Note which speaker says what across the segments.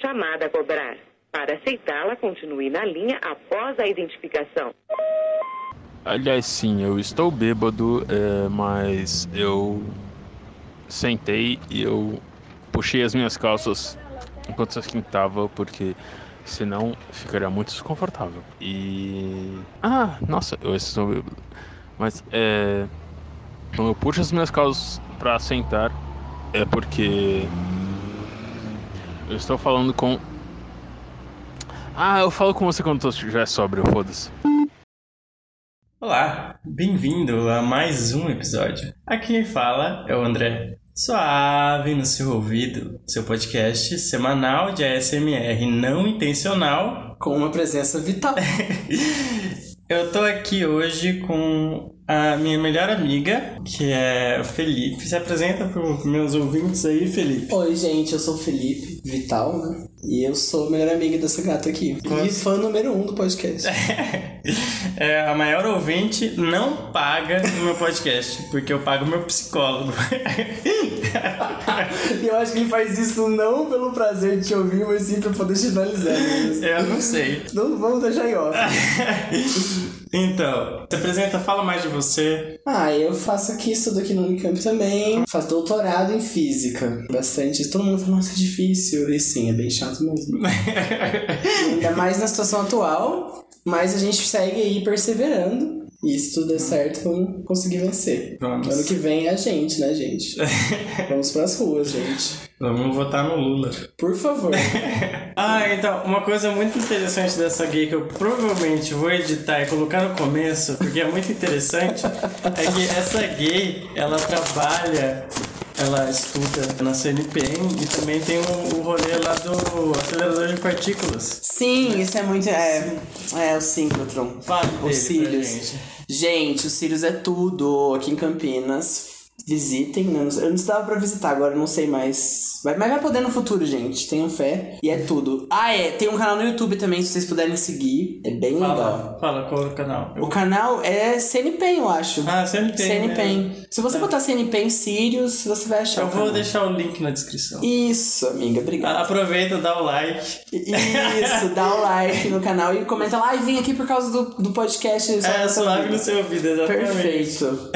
Speaker 1: chamada a cobrar. Para aceitá-la, continue na linha após a identificação.
Speaker 2: Aliás, sim, eu estou bêbado, é, mas eu sentei e eu puxei as minhas calças enquanto se esquentava, porque senão ficaria muito desconfortável. E. Ah, nossa, eu estou bêbado. Mas é. Eu puxo as minhas calças para sentar, é porque. Eu estou falando com. Ah, eu falo com você quando eu já é sóbrio, foda-se.
Speaker 3: Olá, bem-vindo a mais um episódio. Aqui quem fala é o André. Suave no seu ouvido, seu podcast semanal de ASMR não intencional.
Speaker 4: Com uma presença vital.
Speaker 3: Eu tô aqui hoje com a minha melhor amiga, que é o Felipe. Se apresenta para os meus ouvintes aí, Felipe.
Speaker 4: Oi, gente, eu sou o Felipe Vital, né? E eu sou a melhor amiga dessa gata aqui. E fã número um do podcast.
Speaker 3: É, a maior ouvinte não paga no meu podcast, porque eu pago meu psicólogo.
Speaker 4: E eu acho que ele faz isso não pelo prazer de te ouvir, mas sim pra poder te analisar. né?
Speaker 3: Eu não sei.
Speaker 4: Não vamos deixar em off.
Speaker 3: Então, se apresenta, fala mais de você.
Speaker 4: Ah, eu faço aqui, estudo aqui no Unicamp também. Faço doutorado em física. Bastante. Todo mundo fala, nossa, é difícil. E sim, é bem chato mesmo. Ainda mais na situação atual. Mas a gente segue aí perseverando. E se tudo der certo, vamos conseguir vencer. Ano
Speaker 3: Vamos.
Speaker 4: que vem é a gente, né, gente? Vamos pras ruas, gente.
Speaker 3: Vamos votar no Lula.
Speaker 4: Por favor.
Speaker 3: Ah, então, uma coisa muito interessante dessa gay que eu provavelmente vou editar e colocar no começo, porque é muito interessante, é que essa gay, ela trabalha, ela estuda na CNPq e também tem o, o rolê lá do acelerador de partículas.
Speaker 4: Sim, isso é muito. É, é o síncrotron.
Speaker 3: Fale dele
Speaker 4: Os
Speaker 3: pra
Speaker 4: cílios.
Speaker 3: gente.
Speaker 4: Gente, os Sirius é tudo aqui em Campinas. Visitem, né? Eu não estava pra visitar agora, eu não sei mais. Vai- Mas vai poder no futuro, gente. Tenham fé. E é tudo. Ah, é. Tem um canal no YouTube também, se vocês puderem seguir. É bem legal.
Speaker 3: Fala, fala qual é o canal.
Speaker 4: O canal é CNPEN, eu acho.
Speaker 3: Ah, CNPq.
Speaker 4: CNPEN. Se você botar CNPEN Sirius, você vai achar.
Speaker 3: É. Eu
Speaker 4: o
Speaker 3: vou
Speaker 4: canal.
Speaker 3: deixar o link na descrição.
Speaker 4: Isso, amiga. Obrigado.
Speaker 3: Ah, Aproveita, dá o like.
Speaker 4: Isso, dá o like no canal e comenta lá. E vim aqui por causa do, do podcast. só
Speaker 3: É,
Speaker 4: pra saber."
Speaker 3: suave no seu ouvido, exatamente.
Speaker 4: Perfeito.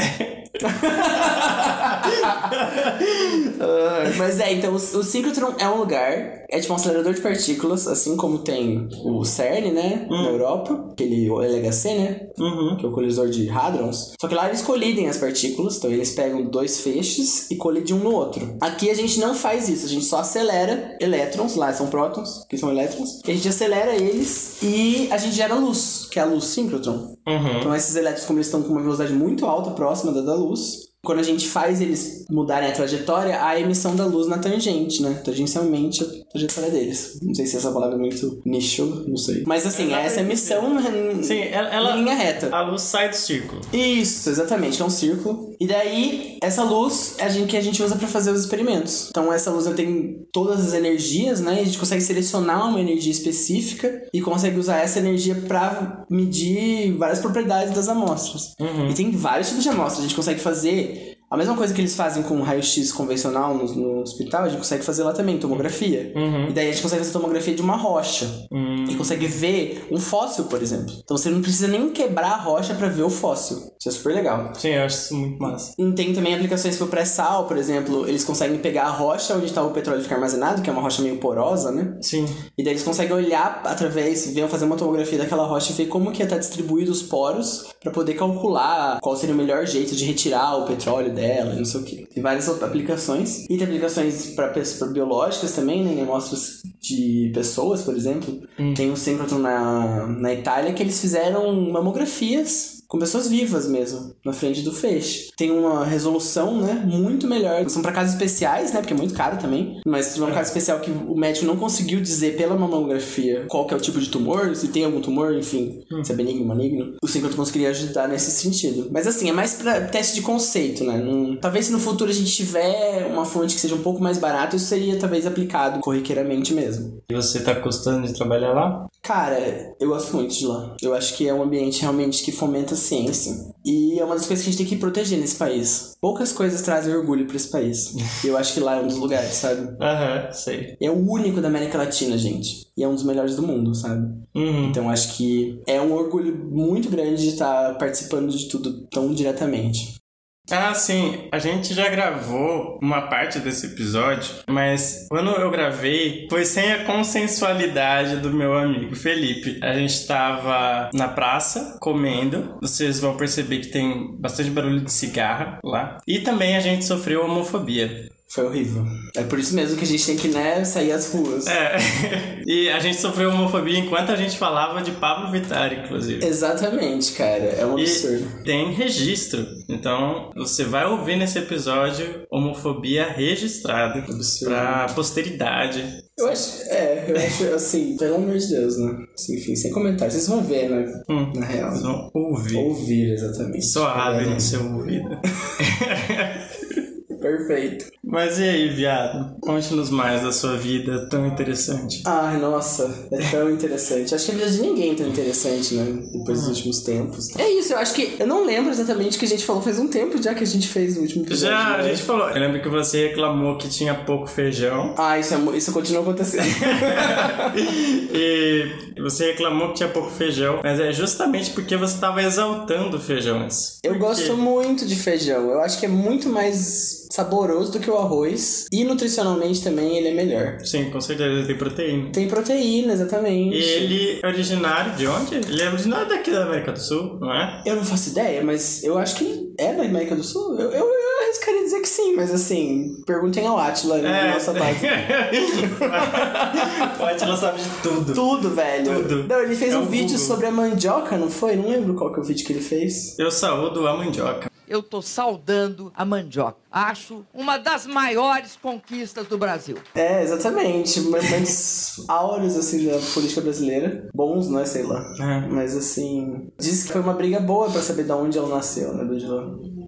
Speaker 4: Ah, Mas é, então o, o Synchrotron é um lugar, é tipo um acelerador de partículas, assim como tem o CERN, né? Na Europa, aquele LHC, né?
Speaker 3: Uhum.
Speaker 4: Que é o colisor de Hadrons. Só que lá eles colidem as partículas, então eles pegam dois feixes e colidem um no outro. Aqui a gente não faz isso, a gente só acelera elétrons, lá são prótons, que são elétrons, e a gente acelera eles e a gente gera luz, que é a luz synchrotron.
Speaker 3: Uhum.
Speaker 4: Então esses elétrons, como eles estão com uma velocidade muito alta, próxima da da luz, quando a gente faz eles mudarem a trajetória, a emissão da luz na tangente, né? Tangencialmente a trajetória deles. Não sei se essa palavra é muito nicho, não sei. Mas assim,
Speaker 3: Ela
Speaker 4: é essa
Speaker 3: vai
Speaker 4: emissão em
Speaker 3: Sim, ela- ela,
Speaker 4: linha reta.
Speaker 3: A luz sai do círculo.
Speaker 4: Isso, exatamente, é um círculo. E daí, essa luz é a gente, que a gente usa pra fazer os experimentos. Então, essa luz ela tem todas as energias, né? E a gente consegue selecionar uma energia específica e consegue usar essa energia pra medir várias propriedades das amostras. E tem vários tipos de amostras. A gente consegue fazer a mesma coisa que eles fazem com raio-x convencional no, no hospital, a gente consegue fazer lá também, tomografia. E daí a gente consegue fazer tomografia de uma rocha. E consegue ver um fóssil, por exemplo. Então você não precisa nem quebrar a rocha pra ver o fóssil. Isso é super legal.
Speaker 3: Sim, eu acho isso muito massa.
Speaker 4: E tem também aplicações pro pré-sal, por exemplo, eles conseguem pegar a rocha onde está o petróleo ficar armazenado, que é uma rocha meio porosa, né?
Speaker 3: Sim.
Speaker 4: E daí eles conseguem olhar através, ver, fazer uma tomografia daquela rocha e ver como que ia estar distribuído os poros pra poder calcular qual seria o melhor jeito de retirar o petróleo dela, e não sei o que. Tem várias outras aplicações. E tem aplicações para biológicas também, né? Em amostras de pessoas, por exemplo. Tem um síncrotron na, na Itália que eles fizeram mamografias com pessoas vivas mesmo, na frente do feixe. Tem uma resolução, né, muito melhor. São pra casos especiais, né, porque é muito caro também. Mas se tiver um caso especial que o médico não conseguiu dizer pela mamografia qual que é o tipo de tumor, se tem algum tumor, enfim, se é benigno, maligno, o síncrotron conseguiria ajudar nesse sentido. Mas assim, é mais pra teste de conceito, né? Não- Talvez se no futuro a gente tiver uma fonte que seja um pouco mais barata, isso seria talvez aplicado corriqueiramente mesmo.
Speaker 3: E você tá gostando de trabalhar lá?
Speaker 4: Cara, eu gosto muito de lá. Eu acho que é um ambiente realmente que fomenta a ciência. E é uma das coisas que a gente tem que proteger nesse país. Poucas coisas trazem orgulho pra esse país. E eu acho que lá é um dos lugares, sabe?
Speaker 3: Aham, sei.
Speaker 4: É o único da América Latina, gente. E é um dos melhores do mundo, sabe?
Speaker 3: Uhum.
Speaker 4: Então acho que é um orgulho muito grande de estar participando de tudo tão diretamente.
Speaker 3: Ah, sim, a gente já gravou uma parte desse episódio, mas quando eu gravei foi sem a consensualidade do meu amigo Felipe. A gente tava na praça comendo, vocês vão perceber que tem bastante barulho de cigarra lá, e também a gente sofreu homofobia.
Speaker 4: Foi horrível. É por isso mesmo que a gente tem que, né, sair às ruas.
Speaker 3: É, e a gente sofreu homofobia enquanto a gente falava de Pablo Vittar, inclusive.
Speaker 4: Exatamente, cara. É um absurdo.
Speaker 3: E tem registro. Então, você vai ouvir nesse episódio homofobia registrada
Speaker 4: Absurdo.
Speaker 3: pra posteridade.
Speaker 4: Eu acho, é, eu acho assim, pelo amor de Deus, né? Assim, enfim, sem comentar. Vocês vão ver, né?
Speaker 3: Hum,
Speaker 4: Na real.
Speaker 3: vocês vão ouvir.
Speaker 4: Ouvir, exatamente.
Speaker 3: Suave
Speaker 4: É,
Speaker 3: no seu ouvido.
Speaker 4: Perfeito.
Speaker 3: Mas e aí, viado? Conte-nos mais da sua vida tão interessante.
Speaker 4: Ai, nossa, é tão interessante. Acho que a vida de ninguém é tão interessante, né? Depois
Speaker 3: Hum.
Speaker 4: dos últimos tempos. É isso, eu acho que. Eu não lembro exatamente o que a gente falou faz um tempo já que a gente fez o último episódio.
Speaker 3: Já, a
Speaker 4: né?
Speaker 3: gente falou. Eu lembro que você reclamou que tinha pouco feijão.
Speaker 4: Ah, isso, é, mu- isso continua acontecendo.
Speaker 3: e você reclamou que tinha pouco feijão, mas é justamente porque você estava exaltando o feijão antes.
Speaker 4: Eu
Speaker 3: Por
Speaker 4: gosto
Speaker 3: quê?
Speaker 4: muito de feijão. Eu acho que é muito mais saboroso do que o arroz. E nutricionalmente também ele é melhor.
Speaker 3: Sim, com certeza ele tem proteína.
Speaker 4: Tem proteína, exatamente.
Speaker 3: E ele é originário de onde? Ele é originário daqui da América do Sul, não é?
Speaker 4: Eu não faço ideia, mas eu acho que é da América do Sul. Eu, eu, eu arriscaria dizer que sim, mas assim, perguntem ao Atila,
Speaker 3: É.
Speaker 4: na nossa base.
Speaker 3: o Atila sabe de tudo.
Speaker 4: Tudo, velho.
Speaker 3: Tudo.
Speaker 4: Não, ele fez
Speaker 3: É
Speaker 4: um
Speaker 3: o
Speaker 4: vídeo
Speaker 3: Google.
Speaker 4: sobre a mandioca, não foi? Não lembro qual que é o vídeo que ele fez.
Speaker 3: Eu saúdo a mandioca.
Speaker 5: eu tô saudando a mandioca. Acho uma das maiores conquistas do Brasil.
Speaker 4: É, exatamente. Momentos áureos, assim, da política brasileira. Bons, né? Sei lá.
Speaker 3: É.
Speaker 4: Mas, assim... Diz que foi uma briga boa pra saber de onde ela nasceu, né? De onde ela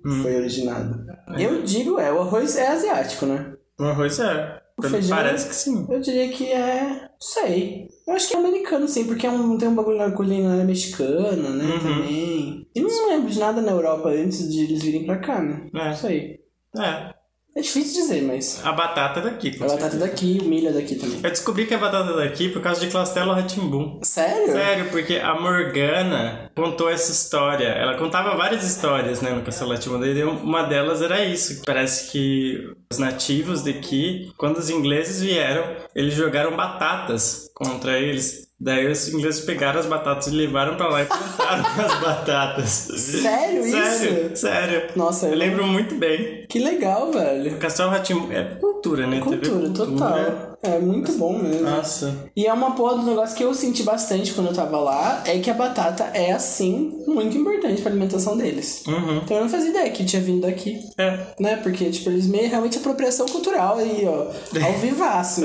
Speaker 3: Hum.
Speaker 4: foi originada. Eu digo, é. O arroz é asiático, né?
Speaker 3: O arroz é.
Speaker 4: O feijão-
Speaker 3: Parece que sim.
Speaker 4: Eu diria que é... Não sei. Eu acho que é americano, sim. Porque é um, tem um bagulho na culinária mexicana, né?
Speaker 3: Uhum.
Speaker 4: Também. E não lembro de nada na Europa antes de eles virem pra cá, né?
Speaker 3: É.
Speaker 4: Isso aí.
Speaker 3: É.
Speaker 4: É difícil dizer, mas.
Speaker 3: A batata é daqui. com
Speaker 4: A batata
Speaker 3: certeza.
Speaker 4: daqui, o milho é daqui também.
Speaker 3: Eu descobri que a batata é daqui por causa de Castelo Ratimbum.
Speaker 4: Sério?
Speaker 3: Sério, porque a Morgana contou essa história. Ela contava várias histórias, né, no Castelo Latimando. E uma delas era isso. que Parece que os nativos daqui, quando os ingleses vieram, eles jogaram batatas contra eles. Daí os ingleses pegaram as batatas e levaram pra lá e plantaram as batatas.
Speaker 4: Sério
Speaker 3: Sério,
Speaker 4: isso?
Speaker 3: sério.
Speaker 4: Nossa,
Speaker 3: Eu
Speaker 4: eu-
Speaker 3: lembro muito bem.
Speaker 4: Que legal, velho.
Speaker 3: O Castelo Ratimbu é cultura, Ah. né? TV
Speaker 4: Cultura, total.
Speaker 3: né?
Speaker 4: É muito bom mesmo.
Speaker 3: Nossa.
Speaker 4: E é uma porra do negócio que eu senti bastante quando eu tava lá, é que a batata é, assim, muito importante pra alimentação deles.
Speaker 3: Uhum.
Speaker 4: Então eu não fazia ideia que tinha vindo daqui,
Speaker 3: É.
Speaker 4: né? Porque, tipo, eles meio realmente apropriação cultural aí, ó.
Speaker 3: É.
Speaker 4: Ao vivaço,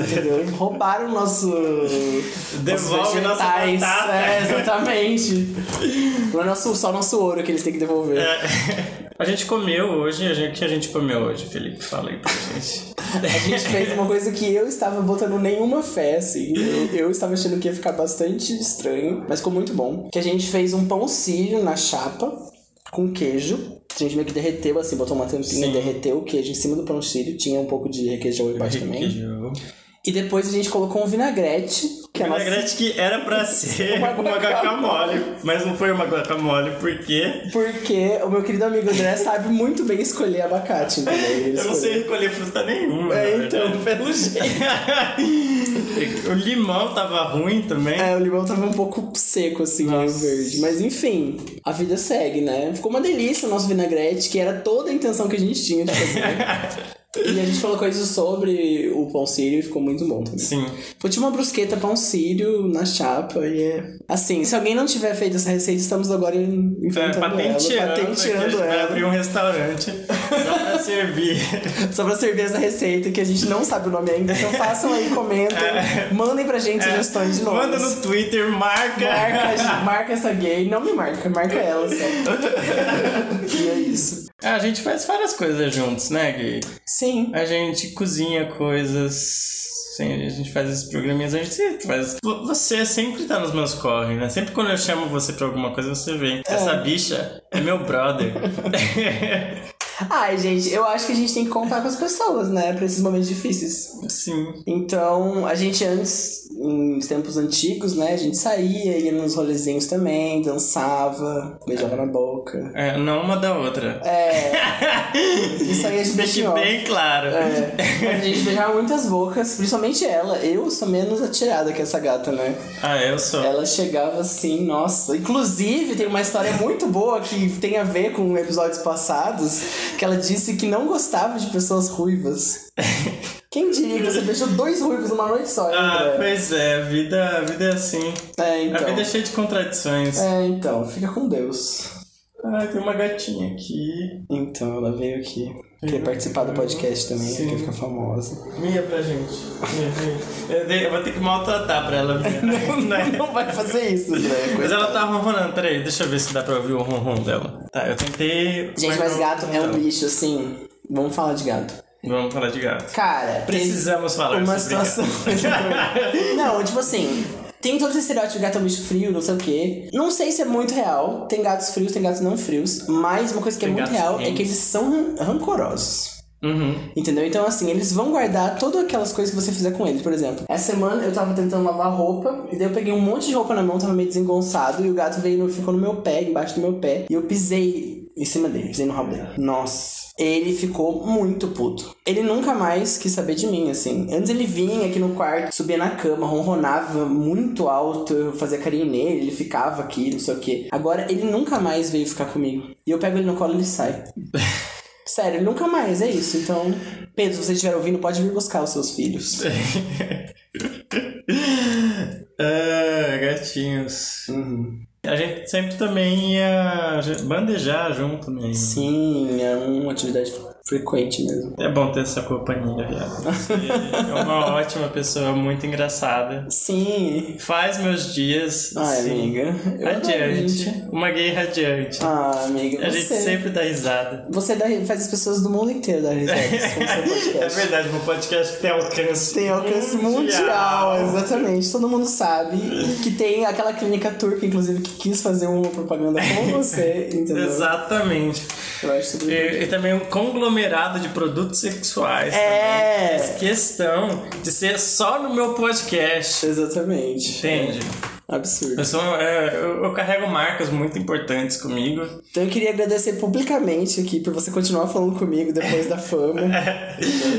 Speaker 4: entendeu? Eles Roubaram o nosso... nossos
Speaker 3: Devolve nossa
Speaker 4: vegetais.
Speaker 3: batata.
Speaker 4: É, exatamente. Não é nosso, só nosso ouro que eles têm que devolver.
Speaker 3: É. A gente comeu hoje, a gente- o que a gente comeu hoje, Felipe? Fala aí pra gente.
Speaker 4: A gente fez uma coisa que eu estava botando nenhuma fé, assim. Eu, eu estava achando que ia ficar bastante estranho, mas ficou muito bom. Que a gente fez um pão sírio na chapa com queijo. A gente meio que derreteu, assim, botou uma tampinha
Speaker 3: Sim.
Speaker 4: e derreteu o queijo em cima do pão sírio. Tinha um pouco de requeijão embaixo também.
Speaker 3: Requeijão.
Speaker 4: E depois a gente colocou um vinagrete, que é uma...
Speaker 3: Vinagrete que era pra ser
Speaker 4: Uma
Speaker 3: uma guacamole, mas não foi uma guacamole, porque
Speaker 4: Porque o meu querido amigo André sabe muito bem escolher abacate, entendeu? Ele
Speaker 3: eu não
Speaker 4: escolheu.
Speaker 3: sei recolher fruta nenhuma.
Speaker 4: É,
Speaker 3: na
Speaker 4: então,
Speaker 3: verdade.
Speaker 4: pelo jeito.
Speaker 3: o limão tava ruim também.
Speaker 4: É, o limão tava um pouco seco, assim, meio verde. Mas enfim, a vida segue, né? Ficou uma delícia o nosso vinagrete, que era toda a intenção que a gente tinha de fazer. e a gente colocou isso sobre o pão sírio e ficou muito bom também.
Speaker 3: Sim.
Speaker 4: Foi tipo uma brusqueta pão sírio na chapa e é... Assim, se alguém não tiver feito essa receita, estamos agora em-
Speaker 3: É,
Speaker 4: inventando
Speaker 3: patenteando,
Speaker 4: ela,
Speaker 3: que a gente
Speaker 4: patenteando
Speaker 3: vai
Speaker 4: ela,
Speaker 3: abrir um restaurante só pra servir.
Speaker 4: só pra servir essa receita que a gente não sabe o nome ainda.
Speaker 3: É.
Speaker 4: Então façam aí, comentem, mandem pra gente sugestões de nomes.
Speaker 3: Manda no Twitter, marca.
Speaker 4: Marca, marca essa gay, não me marca, marca ela só. e é isso.
Speaker 3: Ah, A gente faz várias coisas juntos, né, Gui?
Speaker 4: Sim.
Speaker 3: A gente cozinha coisas, Sem- a gente faz esses programinhas, a gente sempre faz. Vo- Você sempre tá nos meus corre, né? Sempre quando eu chamo você pra alguma coisa, você vem. Essa bicha é meu brother.
Speaker 4: Ai, gente, eu acho que a gente tem que contar com as pessoas, né? Pra esses momentos difíceis.
Speaker 3: Sim.
Speaker 4: Então, a gente antes, em tempos antigos, né? A gente saía, ia nos rolezinhos também, dançava, beijava na boca.
Speaker 3: É, não uma da outra.
Speaker 4: É. Isso aí a gente
Speaker 3: Deixe
Speaker 4: deixou.
Speaker 3: bem claro.
Speaker 4: É, mas a gente beijava muitas bocas, principalmente ela. Eu sou menos atirada que essa gata, né?
Speaker 3: Ah, eu sou.
Speaker 4: Ela chegava assim, nossa. Inclusive, tem uma história muito boa que tem a ver com episódios passados, que ela disse que não gostava de pessoas ruivas. Quem diria que você beijou dois ruivos numa noite só,
Speaker 3: Ah,
Speaker 4: André?
Speaker 3: pois é, a vida, a vida é assim.
Speaker 4: É,
Speaker 3: A
Speaker 4: então.
Speaker 3: vida é cheia de contradições.
Speaker 4: É, então, fica com Deus.
Speaker 3: Ah, tem uma gatinha aqui.
Speaker 4: Então, ela veio aqui. Quer participar do podcast também, né?
Speaker 3: Sim.
Speaker 4: quer ficar famosa.
Speaker 3: Mia pra gente. Mia, Mia. Eu dei- Eu vou ter que maltratar pra ela. Mia.
Speaker 4: Não vai fazer isso, André.
Speaker 3: Mas ela tá ronronando, peraí, deixa eu ver se dá pra ouvir o ronron dela. Tá, eu tentei.
Speaker 4: Gente, mas
Speaker 3: não-
Speaker 4: gato é um
Speaker 3: não.
Speaker 4: bicho, assim. Vamos falar de gato.
Speaker 3: Vamos falar de gato.
Speaker 4: Cara,
Speaker 3: Precisamos
Speaker 4: tem
Speaker 3: falar
Speaker 4: uma
Speaker 3: sobre gato.
Speaker 4: situação. não, tipo assim, tem todo esse estereótipo de gato é um bicho frio, não sei o quê. Não sei se é muito real. Tem gatos frios, tem gatos não frios. Mas uma coisa que é
Speaker 3: Tem
Speaker 4: muito
Speaker 3: gatos
Speaker 4: real é
Speaker 3: quentes.
Speaker 4: que eles são ran- rancorosos.
Speaker 3: Uhum.
Speaker 4: Entendeu? Então, assim, eles vão guardar todas aquelas coisas que você fizer com eles. Por exemplo, essa semana eu tava tentando lavar roupa, e daí eu peguei um monte de roupa na mão, tava meio desengonçado, e o gato veio e ficou no meu pé, embaixo do meu pé, e eu pisei em cima dele, pisei no rabo dele. Nossa. Ele ficou muito puto. Ele nunca mais quis saber de mim, assim. Antes ele vinha aqui no quarto, subia na cama, ronronava muito alto, eu fazia carinho nele, ele ficava aqui, não sei o quê. Agora ele nunca mais veio ficar comigo. E eu pego ele no colo e ele sai. Sério, nunca mais, é isso. Então, Pedro, se você estiver ouvindo, pode vir buscar os seus filhos.
Speaker 3: ah, gatinhos.
Speaker 4: Uhum.
Speaker 3: A gente sempre também ia bandejar junto mesmo.
Speaker 4: Sim, é uma atividade frequente mesmo.
Speaker 3: É bom ter essa companhia, viado. Você é uma ótima pessoa, muito engraçada.
Speaker 4: Sim.
Speaker 3: Faz meus dias.
Speaker 4: Ai,
Speaker 3: assim,
Speaker 4: amiga. Eu adoro,
Speaker 3: Radiante.
Speaker 4: gente.
Speaker 3: Uma gay radiante.
Speaker 4: Ah, amiga, você.
Speaker 3: A gente sempre dá risada.
Speaker 4: Você dá- faz as pessoas do mundo inteiro dar risada com o seu
Speaker 3: É
Speaker 4: podcast.
Speaker 3: verdade, um podcast que tem alcance.
Speaker 4: Tem alcance mundial, exatamente. Todo mundo sabe que tem aquela clínica turca, inclusive, que quis fazer uma propaganda com você, entendeu?
Speaker 3: Exatamente.
Speaker 4: Eu acho tudo
Speaker 3: E, e também um conglomerado de produtos sexuais.
Speaker 4: É,
Speaker 3: também. Questão de ser só no meu podcast.
Speaker 4: exatamente.
Speaker 3: Entende?
Speaker 4: Absurdo.
Speaker 3: Eu, sou, é, eu, eu carrego marcas muito importantes comigo.
Speaker 4: Então eu queria agradecer publicamente aqui por você continuar falando comigo depois da fama.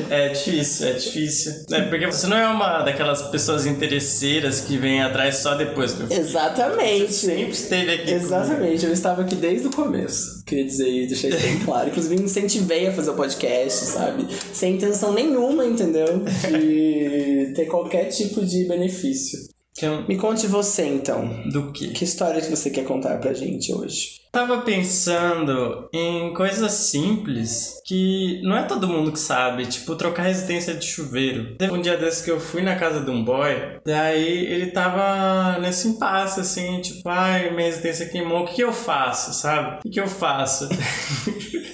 Speaker 3: É difícil, é difícil. É, porque você não é uma daquelas pessoas interesseiras que vem atrás só depois do Sempre
Speaker 4: Exatamente.
Speaker 3: esteve aqui. comigo.
Speaker 4: Exatamente, eu estava aqui desde o começo. Queria dizer e deixar isso bem claro. Inclusive, me incentivei a fazer o podcast, sabe? Sem intenção nenhuma, entendeu? De ter qualquer tipo de benefício.
Speaker 3: Que eu-
Speaker 4: Me conte você, então.
Speaker 3: Do que?
Speaker 4: Que história que você quer contar pra gente hoje?
Speaker 3: Tava pensando em coisas simples que não é todo mundo que sabe, tipo trocar resistência de chuveiro. Teve um dia desses que eu fui na casa de um boy, daí ele tava nesse impasse assim, tipo, ai, minha resistência queimou, o que, que eu faço, sabe? O que, que eu faço?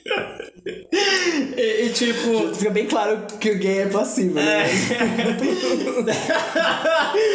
Speaker 3: e, e, tipo.
Speaker 4: Fica bem claro que o gay é passivo, né?
Speaker 3: É.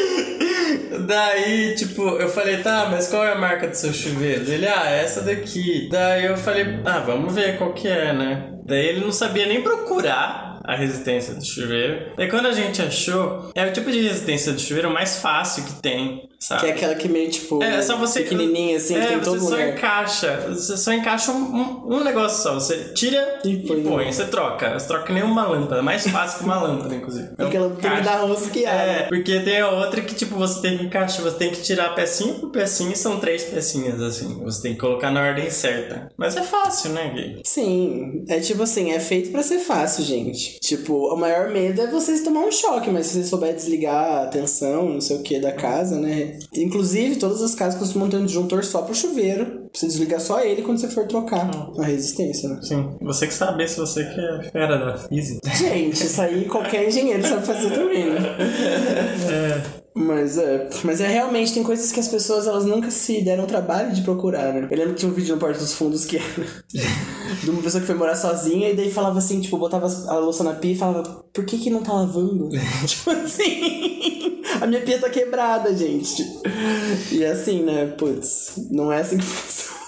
Speaker 3: Daí, tipo, eu falei, tá, mas qual é a marca do seu chuveiro? Ele, ah, é essa daqui. Daí eu falei, ah, vamos ver qual que é, né? Daí ele não sabia nem procurar a resistência do chuveiro. Daí quando a gente achou, é o tipo de resistência do chuveiro mais fácil que tem, sabe?
Speaker 4: Que é aquela que meio, tipo,
Speaker 3: É, é só você.
Speaker 4: pequenininha, assim, que
Speaker 3: é,
Speaker 4: tem em
Speaker 3: você
Speaker 4: todo
Speaker 3: só
Speaker 4: lugar.
Speaker 3: encaixa. Você só encaixa um, um- um negócio só. Você tira
Speaker 4: E
Speaker 3: e,
Speaker 4: põe.
Speaker 3: põe. Você troca. Você troca que nem uma lâmpada. É mais fácil que uma lâmpada, inclusive. É um
Speaker 4: Porque ela tem que
Speaker 3: encaixe.
Speaker 4: dar rosqueada.
Speaker 3: É, porque tem a outra que, tipo, você tem que encaixar, você tem que tirar pecinha por pecinha e são três pecinhas, assim. Você tem que colocar na ordem certa. Mas é fácil, né, Gui?
Speaker 4: Sim, é tipo assim, é feito pra ser fácil, gente. Tipo, o maior medo é vocês tomar um choque, mas se você souber desligar a tensão, não sei o que, da casa, né? Inclusive, todas as casas costumam ter um disjuntor só pro chuveiro. Pra você desligar só ele quando você for trocar a resistência, né?
Speaker 3: Sim. Você que saber se você que é fera da física.
Speaker 4: Gente, isso aí qualquer engenheiro sabe fazer também, né? Mas é. Mas é realmente, tem coisas que as pessoas elas nunca se deram o trabalho de procurar, né? Eu lembro que tinha um vídeo no Porta dos Fundos que era de uma pessoa que foi morar sozinha e daí falava assim, tipo, botava a louça na pia e falava, por que que não tá lavando? tipo assim, a minha pia tá quebrada, gente. E é assim, né? Putz, não é assim que funciona.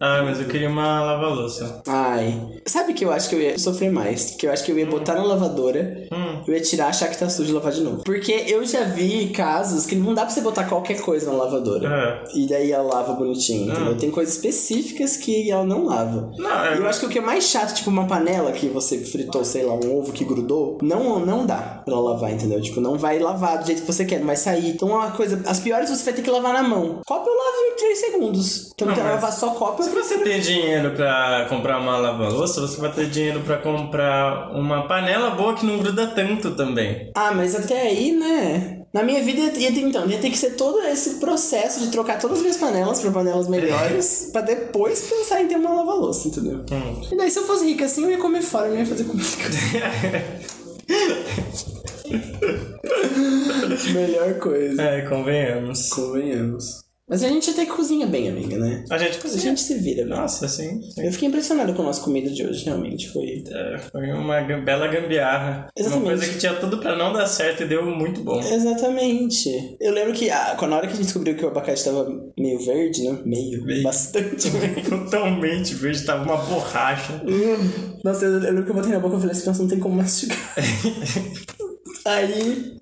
Speaker 3: Ah, mas eu queria uma lava-louça.
Speaker 4: Ai. Sabe que eu acho que eu ia sofrer mais? Que eu acho que eu
Speaker 3: Hum.
Speaker 4: ia botar na lavadora, eu ia tirar, achar que tá sujo e lavar de novo. Porque eu já vi casos que não dá pra você botar qualquer coisa na
Speaker 3: Ah,
Speaker 4: lavadora.
Speaker 3: É.
Speaker 4: E daí ela lava bonitinho, entendeu? Tem coisas específicas que ela não lava.
Speaker 3: Não,
Speaker 4: E
Speaker 3: eu-
Speaker 4: eu acho que o que é mais chato, tipo uma panela que você fritou, sei lá, um ovo que grudou, não, não dá pra lavar, entendeu? Tipo, não vai lavar do jeito que você quer, não vai sair. Então, uma coisa, as piores você vai ter que lavar na mão. Copo eu lavo em 3 segundos. Então,
Speaker 3: Não,
Speaker 4: não,
Speaker 3: mas-
Speaker 4: lavar só copo
Speaker 3: Se
Speaker 4: eu
Speaker 3: você tem dinheiro pra comprar uma lava-louça, você vai ter dinheiro pra comprar uma panela boa que não gruda tanto também.
Speaker 4: Ah, mas até aí, né? Na minha vida ia ter, então, ia ter que ser todo esse processo de trocar todas as minhas panelas pra panelas melhores, pra depois pensar em ter uma lava-louça, entendeu?
Speaker 3: É. Hum.
Speaker 4: E daí, se eu fosse rica assim, eu ia comer fora, eu não ia fazer comida. em casa. Melhor coisa.
Speaker 3: É, convenhamos. Ah,
Speaker 4: Convenhamos. Mas a gente até cozinha bem, amiga, né?
Speaker 3: A gente
Speaker 4: A
Speaker 3: cozinha.
Speaker 4: gente se vira, né?
Speaker 3: Nossa, assim.
Speaker 4: Eu fiquei impressionado com a nossa comida de hoje, realmente. Foi.
Speaker 3: é, Foi uma gam- bela gambiarra.
Speaker 4: Exatamente.
Speaker 3: Uma coisa que tinha tudo pra não dar certo e deu muito bom.
Speaker 4: Exatamente. Eu lembro que ah, quando a hora que a gente descobriu que o abacate tava meio verde, né? Meio.
Speaker 3: Meio.
Speaker 4: Bastante verde.
Speaker 3: Totalmente verde, tava uma borracha.
Speaker 4: Nossa, eu, eu lembro que eu botei na boca e falei assim, nossa, não tem como mastigar. Aí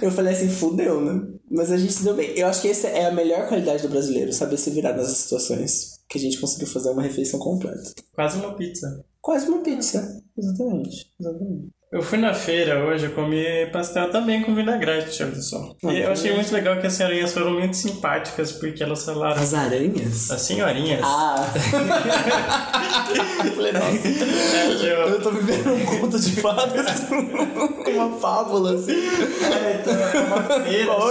Speaker 4: eu falei assim, fudeu, né? Mas a gente se deu bem. Eu acho que essa é a melhor qualidade do brasileiro, saber se virar nessas situações. Que a gente conseguiu fazer uma refeição completa.
Speaker 3: Quase uma pizza.
Speaker 4: Quase uma pizza. Exatamente. Exatamente.
Speaker 3: Eu fui na feira hoje, eu comi pastel também com vinagrete, olha só.
Speaker 4: Ah,
Speaker 3: E eu achei
Speaker 4: também.
Speaker 3: muito legal que as senhorinhas foram muito simpáticas, porque elas falaram...
Speaker 4: As aranhas?
Speaker 3: As senhorinhas...
Speaker 4: Ah! eu falei, nossa.
Speaker 3: eu-
Speaker 4: Eu tô vivendo um conto de fadas, uma fábula, assim.
Speaker 3: feira
Speaker 4: Qual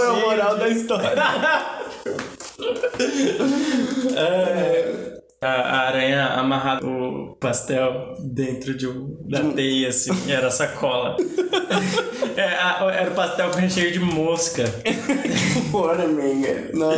Speaker 4: é a
Speaker 3: cheia
Speaker 4: moral
Speaker 3: de-
Speaker 4: da história?
Speaker 3: A, Tá a aranha amarrada o pastel dentro de um, da teia, assim, e era sacola. É, a- era o pastel com recheio de mosca.
Speaker 4: Bora, amiga. Nossa.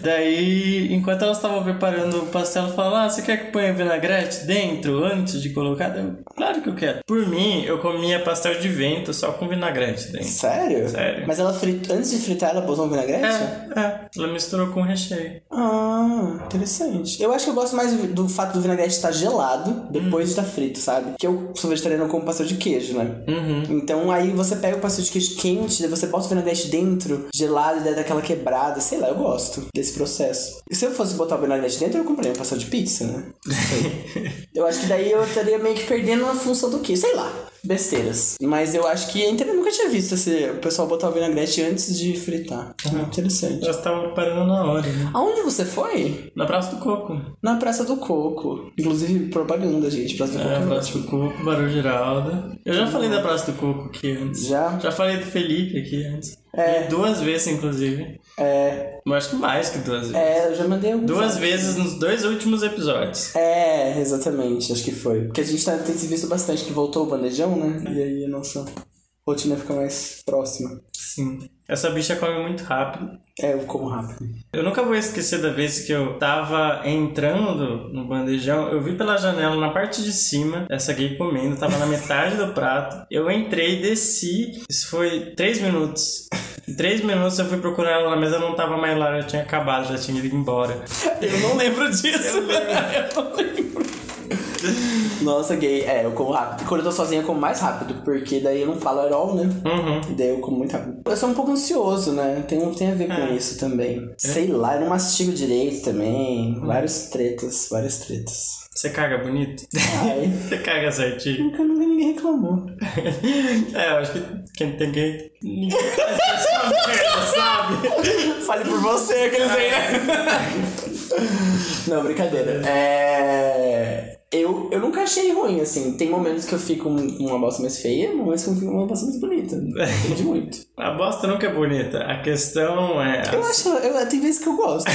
Speaker 3: Daí, enquanto elas estavam preparando o pastel, ela falou: Ah, você quer que ponha vinagrete dentro antes de colocar? Daí Eu, claro que eu quero. Por mim, eu comia pastel de vento só com vinagrete dentro.
Speaker 4: Sério?
Speaker 3: Sério.
Speaker 4: Mas ela frit... antes de fritar, ela botou um vinagrete?
Speaker 3: É, é, ela misturou com recheio.
Speaker 4: Ah, interessante. Eu acho que eu gosto mais do fato do vinagrete estar gelado depois de estar frito, sabe? Que eu sou vegetariano eu como pastel de queijo, né?
Speaker 3: Uhum.
Speaker 4: Então aí você pega o pastel de queijo quente, daí você bota o vinagrete dentro, gelado, e daí dá aquela quebrada. Sei lá, eu gosto desse processo. E se eu fosse botar o vinagrete dentro, eu compraria um pastel de pizza, né? Não sei. eu acho que daí eu estaria meio que perdendo a função do queijo, sei lá. Besteiras. Mas eu acho que é inter- eu nunca tinha visto esse, o pessoal botar o vinagrete antes de fritar. Interessante.
Speaker 3: Elas estavam preparando na hora, né?
Speaker 4: Aonde você foi?
Speaker 3: Na Praça do Coco.
Speaker 4: Na Praça do Coco. Inclusive, propaganda, gente. Praça do Coco.
Speaker 3: É,
Speaker 4: é
Speaker 3: Praça do Coco, Barulho Geralda. Eu já falei da Praça do Coco aqui antes.
Speaker 4: Já?
Speaker 3: Já falei do Felipe aqui antes.
Speaker 4: É.
Speaker 3: E Duas vezes, inclusive.
Speaker 4: É,
Speaker 3: Eu acho que mais que duas vezes.
Speaker 4: é, eu já mandei alguns.
Speaker 3: Duas vezes nos dois últimos episódios.
Speaker 4: É, exatamente, acho que foi. Porque a gente tá, tem se visto bastante que voltou o bandejão, né? E aí a nossa rotina fica mais próxima.
Speaker 3: Sim. Essa bicha come muito rápido.
Speaker 4: É, eu como rápido.
Speaker 3: Eu nunca vou esquecer da vez que eu tava entrando no bandejão. Eu vi pela janela, na parte de cima, essa gay comendo, tava na metade do prato. Eu entrei, desci. Isso foi três minutos. Em três minutos eu fui procurar ela na mesa, não tava mais lá, já tinha acabado, já tinha ido embora.
Speaker 4: Eu não lembro disso. Eu não lembro. Nossa, gay, é, eu como rápido. Quando eu tô sozinha, eu como mais rápido, porque daí eu não falo at all, né?
Speaker 3: Uhum.
Speaker 4: E daí eu como muito rápido. Eu sou um pouco ansioso, né? Tem, tem a ver
Speaker 3: É.
Speaker 4: com isso também. Sei lá, eu não mastigo direito também. Várias tretas, várias tretas.
Speaker 3: Você caga bonito?
Speaker 4: Ai,
Speaker 3: Você caga certinho?
Speaker 4: nunca, nunca ninguém reclamou.
Speaker 3: É, eu acho que quem tem gay. Ninguém faz essa merda, sabe?
Speaker 4: Fale por você, aqueles aí, né? Não, brincadeira. É. Eu, eu nunca achei ruim, assim. Tem momentos que eu fico um, com uma bosta mais feia, momentos que eu fico com uma bosta mais bonita. Depende muito.
Speaker 3: A bosta nunca é bonita. A questão é.
Speaker 4: Eu acho. Eu, tem vezes que eu gosto.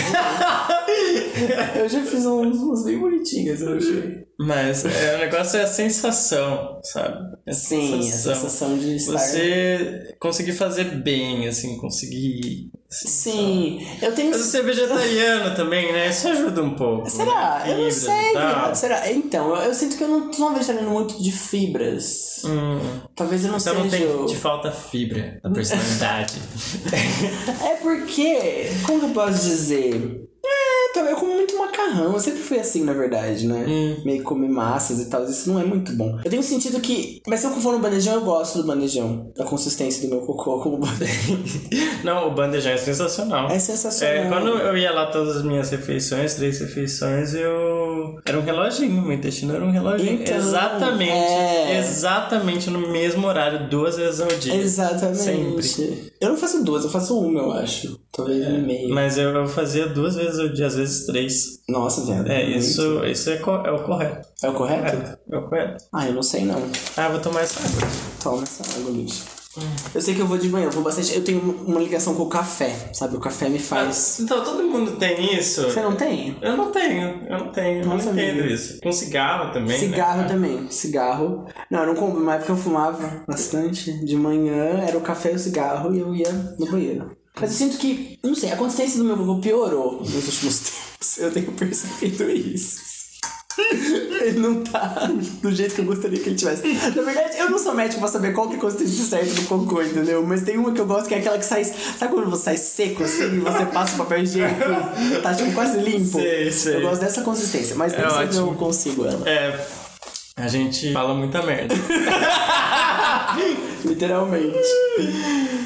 Speaker 4: Eu já fiz uns, uns bem bonitinhas, eu achei.
Speaker 3: Mas é, o negócio é a sensação, sabe? É a
Speaker 4: Sim, a sensação de estar.
Speaker 3: Você conseguir fazer bem, assim, conseguir. assim, sabe?
Speaker 4: Sim, eu tenho.
Speaker 3: Mas você é vegetariano também, né? Isso ajuda um pouco.
Speaker 4: Será?
Speaker 3: né?
Speaker 4: Eu não
Speaker 3: Fibras e
Speaker 4: sei,
Speaker 3: tal.
Speaker 4: viado. Será? Então, eu, eu sinto que eu não sou uma vegetariana muito de fibras.
Speaker 3: Hum.
Speaker 4: Talvez eu não
Speaker 3: Então não
Speaker 4: seja.
Speaker 3: tem,
Speaker 4: o-
Speaker 3: te falta fibra da personalidade.
Speaker 4: É porque, como que eu posso dizer? É, então, eu como muito macarrão, eu sempre fui assim, na verdade, né?
Speaker 3: Hum.
Speaker 4: Meio comer massas e tal, isso não é muito bom. Eu tenho sentido que. Mas se eu for no bandejão, eu gosto do bandejão. Da consistência do meu cocô como bandejão.
Speaker 3: não, o bandejão é sensacional.
Speaker 4: É sensacional.
Speaker 3: É, quando eu ia lá todas as minhas refeições, três refeições, eu. Era um reloginho, meu intestino era um reloginho.
Speaker 4: Então,
Speaker 3: exatamente.
Speaker 4: é.
Speaker 3: Exatamente no mesmo horário, duas vezes ao dia.
Speaker 4: Exatamente.
Speaker 3: Sempre. É,
Speaker 4: Eu não faço duas, eu faço uma, eu acho. Talvez uma e meia.
Speaker 3: Mas eu, eu fazia duas vezes ao dia, às vezes três.
Speaker 4: Nossa, velho.
Speaker 3: É, isso, isso é, co- é o correto.
Speaker 4: É o correto?
Speaker 3: É, é o correto.
Speaker 4: Ah, eu não sei não.
Speaker 3: Ah, eu vou tomar essa água.
Speaker 4: Toma essa água, bicho. Eu sei que eu vou de manhã, eu vou bastante. Eu tenho uma ligação com o café, sabe? O café me faz.
Speaker 3: Então, todo mundo tem isso?
Speaker 4: Você não tem?
Speaker 3: Eu não tenho, eu não tenho, eu não
Speaker 4: Nossa,
Speaker 3: entendo
Speaker 4: amigo.
Speaker 3: isso. Com cigarro também.
Speaker 4: Cigarro
Speaker 3: né?
Speaker 4: também, cigarro. Não, eu não compro mais porque eu fumava bastante. De manhã era o café e o cigarro e eu ia no banheiro. Mas eu sinto que, não sei, a consistência do meu corpo piorou nos últimos tempos. Eu tenho percebido isso. Ele não tá do jeito que eu gostaria que ele tivesse. Na verdade, eu não sou médico pra saber qual que é a consistência certa do cocô, entendeu? Mas tem uma que eu gosto que é aquela que sai. Sabe quando você sai seco assim e você passa o papel higiênico? Tá tipo quase limpo.
Speaker 3: Sei, sei.
Speaker 4: Eu gosto dessa consistência, mas
Speaker 3: É
Speaker 4: nem sempre eu
Speaker 3: ótimo.
Speaker 4: consigo ela.
Speaker 3: É. A gente fala muita merda.
Speaker 4: Literalmente.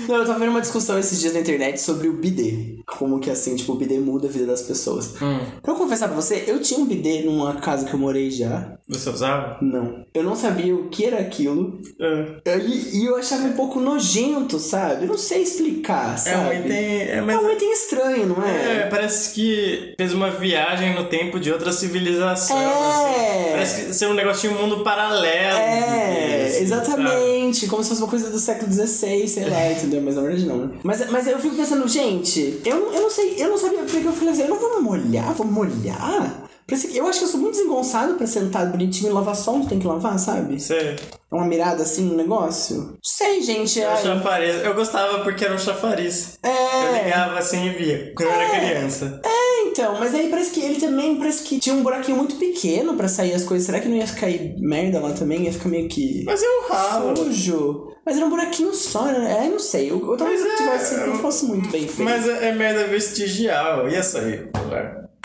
Speaker 4: Não, eu tava vendo uma discussão esses dias na internet sobre o bidê. Como que assim, tipo, o bidê muda a vida das pessoas.
Speaker 3: Hum.
Speaker 4: Pra eu confessar pra você, eu tinha um bidê numa casa que eu morei já.
Speaker 3: Você usava?
Speaker 4: Não. Eu não sabia o que era aquilo.
Speaker 3: É.
Speaker 4: Eu- E eu achava um pouco nojento, sabe? Eu não sei explicar,
Speaker 3: É um
Speaker 4: sabe?
Speaker 3: item. É,
Speaker 4: É
Speaker 3: mas
Speaker 4: um item estranho, não
Speaker 3: É,
Speaker 4: é?
Speaker 3: parece que fez uma viagem no tempo de outra civilização.
Speaker 4: É.
Speaker 3: assim. Parece que ser um negocinho de um mundo paralelo.
Speaker 4: É,
Speaker 3: assim, sabe?
Speaker 4: exatamente. Como se fosse uma coisa do século XVI, sei
Speaker 3: É.
Speaker 4: lá, entendeu? Mas na verdade não, né? Mas, mas eu fico pensando, gente, eu, não- eu não sei, eu não sabia porque eu falei assim, eu não vou molhar, vou molhar? Parece que- Eu acho que eu sou muito desengonçado pra sentar bonitinho e lavar só onde tem que lavar, sabe?
Speaker 3: Sei.
Speaker 4: É uma mirada assim no negócio. Sei, gente.
Speaker 3: É um
Speaker 4: ai,
Speaker 3: chafariz. Eu gostava porque era um chafariz. Eu
Speaker 4: é,
Speaker 3: ligava assim e via. Quando eu era criança.
Speaker 4: é, então, mas aí parece que ele também parece que tinha um buraquinho muito pequeno pra sair as coisas. Será que não ia cair merda lá também? Ia ficar meio que.
Speaker 3: Mas é um ralo.
Speaker 4: sujo. Mas era um buraquinho só, né? É, não sei. Eu, eu talvez
Speaker 3: Mas
Speaker 4: eu tivesse,
Speaker 3: é-
Speaker 4: não fosse muito bem feito.
Speaker 3: Mas é, é merda vestigial. Ia sair.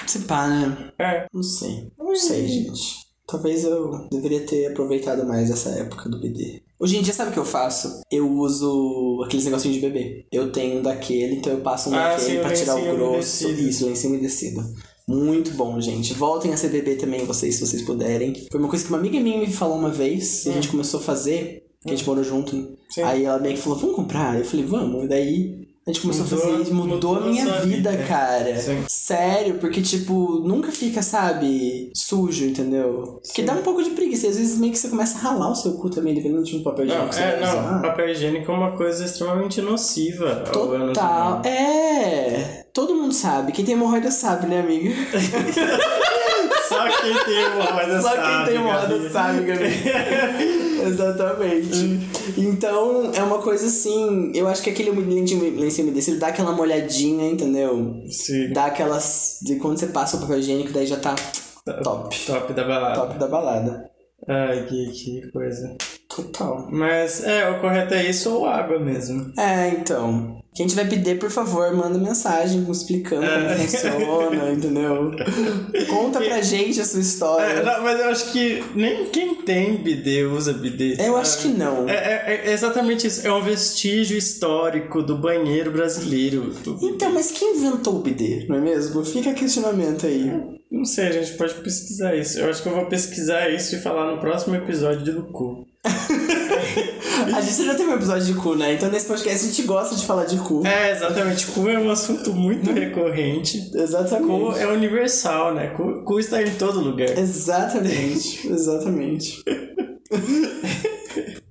Speaker 4: Se pá, né?
Speaker 3: É.
Speaker 4: Não sei. Não sei, gente. Talvez eu deveria ter aproveitado mais essa época do BD. Hoje em dia, sabe o que eu faço? Eu uso aqueles negocinhos de bebê. Eu tenho um daquele, então eu passo um
Speaker 3: Ah,
Speaker 4: daquele
Speaker 3: sim,
Speaker 4: pra
Speaker 3: lencinho
Speaker 4: tirar o grosso.
Speaker 3: umedecido.
Speaker 4: Isso, lenço umedecido. Muito bom, gente. Voltem a ser bebê também, vocês, se vocês puderem. Foi uma coisa que uma amiga minha me falou uma vez, e a gente começou a fazer, que a gente morou junto. né?
Speaker 3: Hum. Sim.
Speaker 4: Aí ela meio que falou, vamos comprar? Eu falei, vamos. E daí a gente começou a
Speaker 3: Mudou-
Speaker 4: fazer isso, mudou a
Speaker 3: mudou
Speaker 4: minha
Speaker 3: sua
Speaker 4: vida,
Speaker 3: vida.
Speaker 4: cara.
Speaker 3: Sim.
Speaker 4: Sério, porque, tipo, nunca fica, sabe, sujo, entendeu? Porque dá um pouco de preguiça. Às vezes meio que você começa a ralar o seu cu também, dependendo do tipo de papel higiênico
Speaker 3: Não,
Speaker 4: que você
Speaker 3: é,
Speaker 4: vai
Speaker 3: não.
Speaker 4: usar.
Speaker 3: Papel higiênico é uma coisa extremamente nociva ao ano
Speaker 4: Total. É. Todo mundo sabe. Quem tem hemorroida sabe, né, amiga?
Speaker 3: Só quem tem hemorroida
Speaker 4: Só
Speaker 3: sabe.
Speaker 4: quem tem hemorroida
Speaker 3: Gabi.
Speaker 4: sabe, Gabi. Exatamente. Então, é uma coisa assim. Eu acho que aquele lenço lenço umedecido dá aquela molhadinha, entendeu?
Speaker 3: Sim.
Speaker 4: Dá aquelas. De quando você passa o papel higiênico, daí já tá top.
Speaker 3: Top da balada.
Speaker 4: Top da balada.
Speaker 3: Ai, que, que coisa.
Speaker 4: Total.
Speaker 3: Mas é, o correto é isso ou água mesmo.
Speaker 4: É, então. Quem tiver PD, por favor, manda mensagem explicando como
Speaker 3: É.
Speaker 4: funciona, entendeu? Conta pra gente a sua
Speaker 3: É,
Speaker 4: história.
Speaker 3: não, mas eu acho que nem quem tem bidê usa bidê.
Speaker 4: Eu acho que não.
Speaker 3: É, é- é exatamente isso. É um vestígio histórico do banheiro brasileiro. Do bidê.
Speaker 4: Então, mas quem inventou o PD, não é mesmo? Fica questionamento aí.
Speaker 3: Não sei, a gente pode pesquisar isso. Eu acho que eu vou pesquisar isso e falar no próximo episódio do cu.
Speaker 4: A gente já teve um episódio de cu, né? Então nesse podcast a gente gosta de falar de cu.
Speaker 3: É, exatamente. Cu é um assunto muito recorrente. Cu
Speaker 4: Exatamente.
Speaker 3: é universal, né? Cu, cu está em todo lugar.
Speaker 4: Exatamente. Exatamente.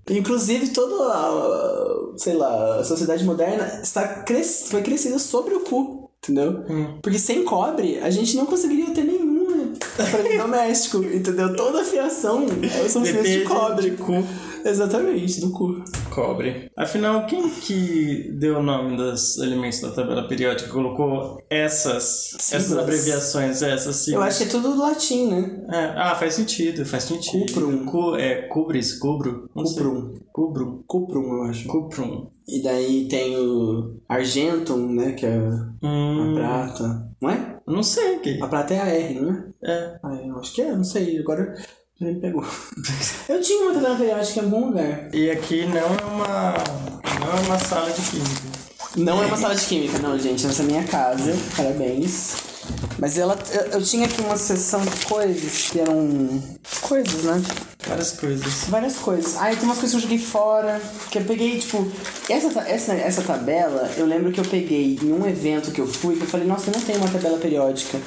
Speaker 4: Inclusive, toda a, sei lá, a sociedade moderna está cres... foi crescida sobre o cu. Entendeu?
Speaker 3: Hum.
Speaker 4: Porque sem cobre, a gente não conseguiria ter nenhum aparelho doméstico, entendeu? Toda a fiação é- são fios de
Speaker 3: Depende
Speaker 4: cobre.
Speaker 3: de cu.
Speaker 4: Exatamente, do cu.
Speaker 3: Cobre. Afinal, quem que deu o nome dos elementos da tabela periódica? Colocou essas, essas
Speaker 4: Siglas.
Speaker 3: abreviações, essas
Speaker 4: Eu
Speaker 3: siglas?
Speaker 4: acho que é tudo latim, né?
Speaker 3: É, ah, faz sentido, faz sentido.
Speaker 4: Cuprum.
Speaker 3: Cu, é, cubris, cubro? Não sei.
Speaker 4: Cuprum.
Speaker 3: Cubrum.
Speaker 4: Cuprum, eu acho.
Speaker 3: Cuprum.
Speaker 4: E daí tem o argentum, né? Que é a
Speaker 3: Hum,
Speaker 4: prata. Não é?
Speaker 3: não sei o que.
Speaker 4: A prata é a R, não é?
Speaker 3: É.
Speaker 4: Ah, eu acho que é, não sei. Agora já me pegou. eu tinha uma tabela periódica em algum lugar.
Speaker 3: E aqui não é uma. Não é uma sala de química.
Speaker 4: Não é uma sala de química, não, gente. Essa é a minha casa. Parabéns. Mas ela, eu, eu tinha aqui uma seção de coisas que eram. Coisas, né?
Speaker 3: Várias coisas.
Speaker 4: Várias coisas. Ah, e tem umas coisas que eu joguei fora. Que eu peguei, tipo. Essa, ta- essa, essa tabela, eu lembro que eu peguei em um evento que eu fui, que eu falei, nossa, eu não tenho uma tabela periódica.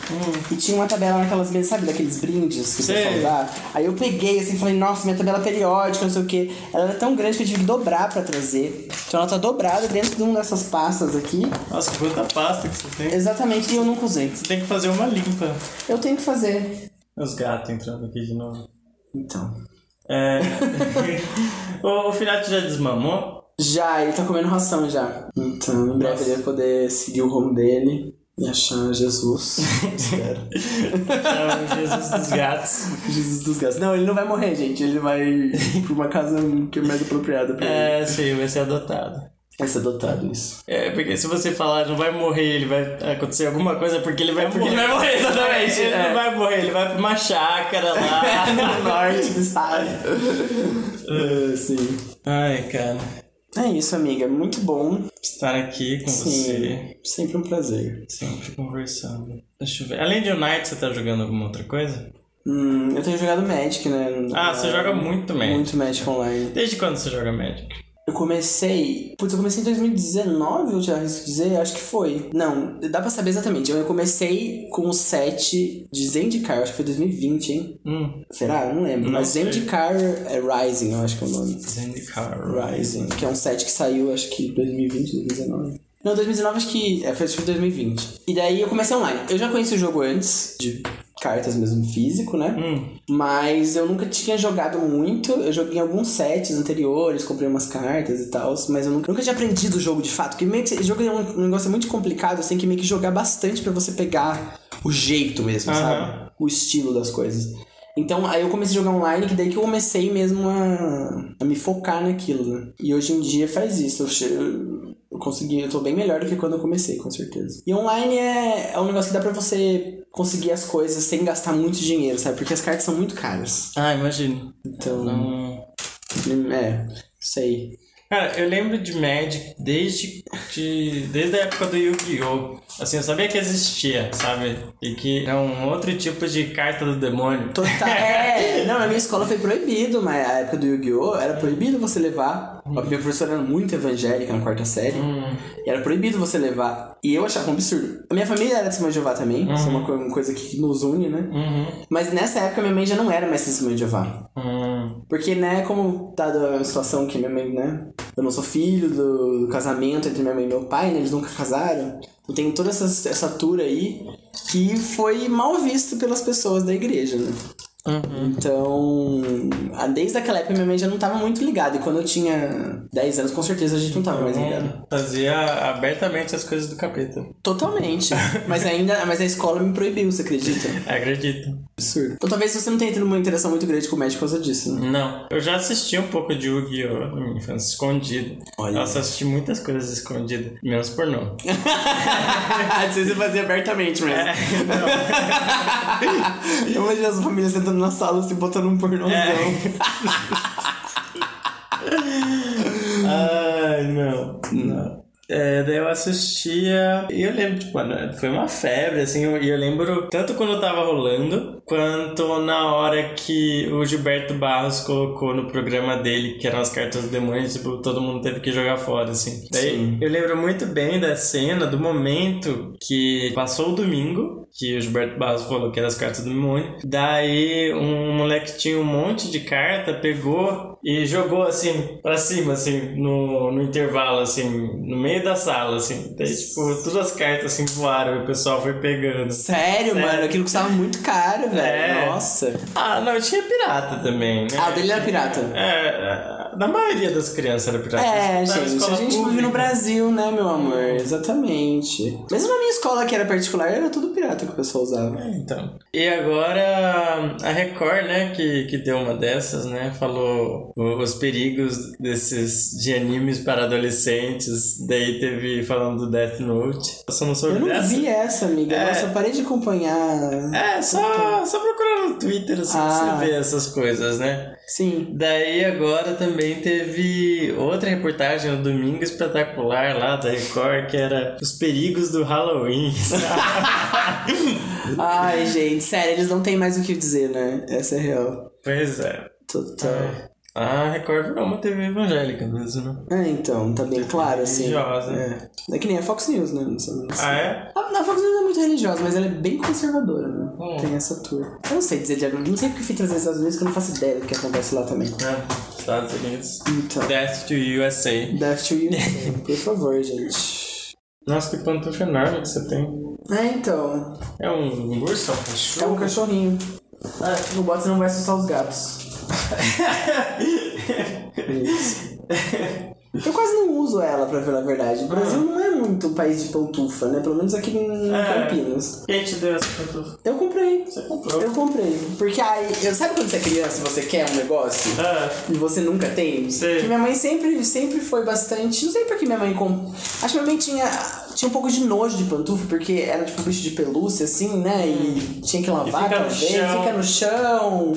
Speaker 4: E tinha uma tabela naquelas mesas, sabe, daqueles brindes que o
Speaker 3: Sei.
Speaker 4: pessoal dá? Aí eu peguei assim falei, nossa, minha tabela periódica, não sei o quê. Ela era tão grande que eu tive que dobrar pra trazer. Então ela tá dobrada dentro de uma dessas pastas aqui.
Speaker 3: Nossa, que quanta pasta que você tem.
Speaker 4: Exatamente, e eu nunca usei.
Speaker 3: Você tem que fazer uma limpa.
Speaker 4: Eu tenho que fazer.
Speaker 3: Os gatos entrando aqui de novo.
Speaker 4: Então.
Speaker 3: É. o, o filhote já desmamou?
Speaker 4: Já, ele tá comendo ração já. Então, em breve ele vai poder seguir o rumo dele e achar Jesus. Espero.
Speaker 3: É o Jesus dos gatos.
Speaker 4: Jesus dos gatos. Não, ele não vai morrer, gente. Ele vai pra uma casa que é mais apropriada pra ele.
Speaker 3: É, sei, vai ser adotado.
Speaker 4: Vai ser adotado isso.
Speaker 3: É, porque se você falar não vai morrer, ele vai acontecer alguma coisa, porque ele vai morrer. Ele vai morrer, exatamente. É. Ele não vai morrer, ele vai pra uma chácara lá no norte.
Speaker 4: do estado. Ah, sim.
Speaker 3: Ai, cara,
Speaker 4: É isso, amiga. Muito bom.
Speaker 3: estar aqui com você,
Speaker 4: Sim. Sempre um prazer.
Speaker 3: sempre conversando. Deixa eu ver. Além de Unite, você tá jogando alguma outra coisa?
Speaker 4: Hum, eu tenho jogado Magic, né?
Speaker 3: Ah, você joga muito Magic.
Speaker 4: Muito Magic online.
Speaker 3: Desde quando você joga Magic?
Speaker 4: Eu comecei. Putz, eu comecei em 2019, eu já arrisco dizer, acho que foi. Não, dá pra saber exatamente. Eu comecei com o set de Zendikar, acho que foi 2020, hein?
Speaker 3: Hum,
Speaker 4: Será? Eu não lembro.
Speaker 3: Não
Speaker 4: Mas
Speaker 3: sei.
Speaker 4: Zendikar é Rising, eu acho que é o nome.
Speaker 3: Zendikar
Speaker 4: Rising, que é um set que saiu, acho que 2020, 2019. Não, 2019 acho que. É, foi acho que 2020. E daí eu comecei online. Eu já conheci o jogo antes, de cartas mesmo físico, né?
Speaker 3: Hum,
Speaker 4: Mas eu nunca tinha jogado muito. Eu joguei alguns sets anteriores, comprei umas cartas e tal, mas eu nunca, nunca tinha aprendido o jogo de fato. Porque meio que esse jogo é um, um negócio muito complicado, você tem que meio que jogar bastante pra você pegar o jeito mesmo,
Speaker 3: Aham.
Speaker 4: sabe? O estilo das coisas. Então aí eu comecei a jogar online, que daí que eu comecei mesmo a, a me focar naquilo, né? E hoje em dia faz isso. Eu, che- eu- eu consegui, eu tô bem melhor do que quando eu comecei, com certeza. E online é, é um negócio que dá pra você conseguir as coisas sem gastar muito dinheiro, sabe? Porque as cartas são muito caras.
Speaker 3: ah, imagino.
Speaker 4: Então,
Speaker 3: Não.
Speaker 4: é, sei.
Speaker 3: Cara, eu lembro de Magic desde, de, desde a época do Yu-Gi-Oh! Assim, eu sabia que existia, sabe? E que é um outro tipo de carta do demônio.
Speaker 4: Total. É, não, na minha escola foi proibido, mas a época do Yu-Gi-Oh! era proibido você levar. A minha professora era muito evangélica na quarta série.
Speaker 3: Hum,
Speaker 4: E era proibido você levar. E eu achava um absurdo. A minha família era de Simão de Jeová também. Isso é uma, co- uma coisa que nos une, né?
Speaker 3: uhum,
Speaker 4: Mas nessa época minha mãe já não era mais Simão de Jeová.
Speaker 3: hum.
Speaker 4: Porque, né, como dada a situação que minha mãe, né? Eu não sou filho do, do casamento entre minha mãe e meu pai, né? Eles nunca casaram. Eu tenho toda essa, essa tura aí que foi mal visto pelas pessoas da igreja, né? Então, a- desde aquela época minha mãe já não tava muito ligada. E quando eu tinha 10 anos, com certeza a gente não tava mais ligado.
Speaker 3: Então, Fazia abertamente as coisas do capeta.
Speaker 4: Totalmente. Mas ainda. Mas a escola me proibiu, você acredita?
Speaker 3: Acredito.
Speaker 4: Absurdo. Então talvez você não tenha tido uma interação muito grande com o médico por causa disso, né?
Speaker 3: Não, eu já assisti um pouco de Yu-Gi-Oh! na minha infância, escondido.
Speaker 4: Olha.
Speaker 3: Nossa, eu assisti muitas coisas escondidas, menos pornô.
Speaker 4: Às vezes você fazia abertamente
Speaker 3: É,
Speaker 4: mesmo. Eu imagino as famílias sentando na sala, se botando um pornôzão.
Speaker 3: É. Ai, não, não. É, daí eu assistia e eu lembro, tipo, mano, foi uma febre, assim, eu- e eu, lembro tanto quando tava rolando, quanto na hora que o Gilberto Barros colocou no programa dele, que eram as cartas do demônio, tipo, todo mundo teve que jogar fora, assim. Daí
Speaker 4: Sim.
Speaker 3: eu lembro muito bem da cena, do momento que passou o domingo, que o Gilberto Barros falou que era as cartas do Mimone. Daí um moleque tinha um monte de carta, pegou e jogou assim pra cima, assim, no, no intervalo, assim, no meio da sala, assim. Daí, tipo, todas as cartas assim voaram e o pessoal foi pegando.
Speaker 4: Sério, mano, aquilo custava muito caro, velho.
Speaker 3: É.
Speaker 4: Nossa.
Speaker 3: Ah, não, tinha pirata também, né?
Speaker 4: Ah, o dele era pirata.
Speaker 3: É, na maioria das crianças era pirata.
Speaker 4: É,
Speaker 3: tá Na
Speaker 4: gente, a
Speaker 3: escola
Speaker 4: gente vive
Speaker 3: pública.
Speaker 4: no Brasil, né, meu amor? Exatamente. Mesmo na minha escola, que era particular, era tudo pirata que o pessoal usava.
Speaker 3: É, Então. E agora a Record, né, que, que deu uma dessas, né, falou o- os perigos desses de animes para adolescentes. Daí teve falando do Death Note. Eu só não soube
Speaker 4: Eu não
Speaker 3: dessa.
Speaker 4: vi essa, amiga.
Speaker 3: É.
Speaker 4: Nossa, eu parei de acompanhar.
Speaker 3: É, só, só procurar no Twitter assim,
Speaker 4: Ah.
Speaker 3: pra você ver essas coisas, né?
Speaker 4: Sim.
Speaker 3: Daí agora também teve outra reportagem no domingo espetacular lá da Record, que era os perigos do Halloween.
Speaker 4: Ai, gente, sério, eles não têm mais o que dizer, né? Essa é real.
Speaker 3: pois é.
Speaker 4: Total.
Speaker 3: A Record virou uma TV evangélica mesmo, né?
Speaker 4: Ah, então, tá bem claro, assim.
Speaker 3: Religiosa.
Speaker 4: É. é que nem a Fox News, né? Não sei- não sei.
Speaker 3: Ah, é?
Speaker 4: A a Fox News é muito religiosa, mas ela é bem conservadora, né?
Speaker 3: Hum.
Speaker 4: Tem essa tour. Eu não sei dizer de agora, não sei porque eu fui trazer nos Estados Unidos, que eu não faço ideia do que acontece lá também.
Speaker 3: É, Estados Unidos.
Speaker 4: Então,
Speaker 3: Death to USA.
Speaker 4: Death to You, por favor, gente.
Speaker 3: Nossa, que pantufa enorme que você tem.
Speaker 4: É, então,
Speaker 3: É um urso, é um
Speaker 4: é um
Speaker 3: cachorro?
Speaker 4: cachorrinho. Ah, no box não vai assustar os gatos. Eu quase não uso ela, pra falar a verdade. O Brasil não é muito um país de pantufa, né? Pelo menos aqui em
Speaker 3: É.
Speaker 4: Campinas.
Speaker 3: Quem te deu essa pantufa?
Speaker 4: Eu comprei.
Speaker 3: Você comprou.
Speaker 4: Eu comprei. Porque aí, eu, sabe quando você é criança e você quer um negócio?
Speaker 3: Ah,
Speaker 4: E você nunca tem?
Speaker 3: Sei.
Speaker 4: Porque minha mãe sempre, sempre foi bastante. Não sei por que minha mãe. Com... Acho que minha mãe tinha, tinha um pouco de nojo de pantufa, porque era tipo um bicho de pelúcia, assim, né? E tinha que
Speaker 3: Hum.
Speaker 4: lavar,
Speaker 3: fica no
Speaker 4: talvez,
Speaker 3: chão.
Speaker 4: fica no chão.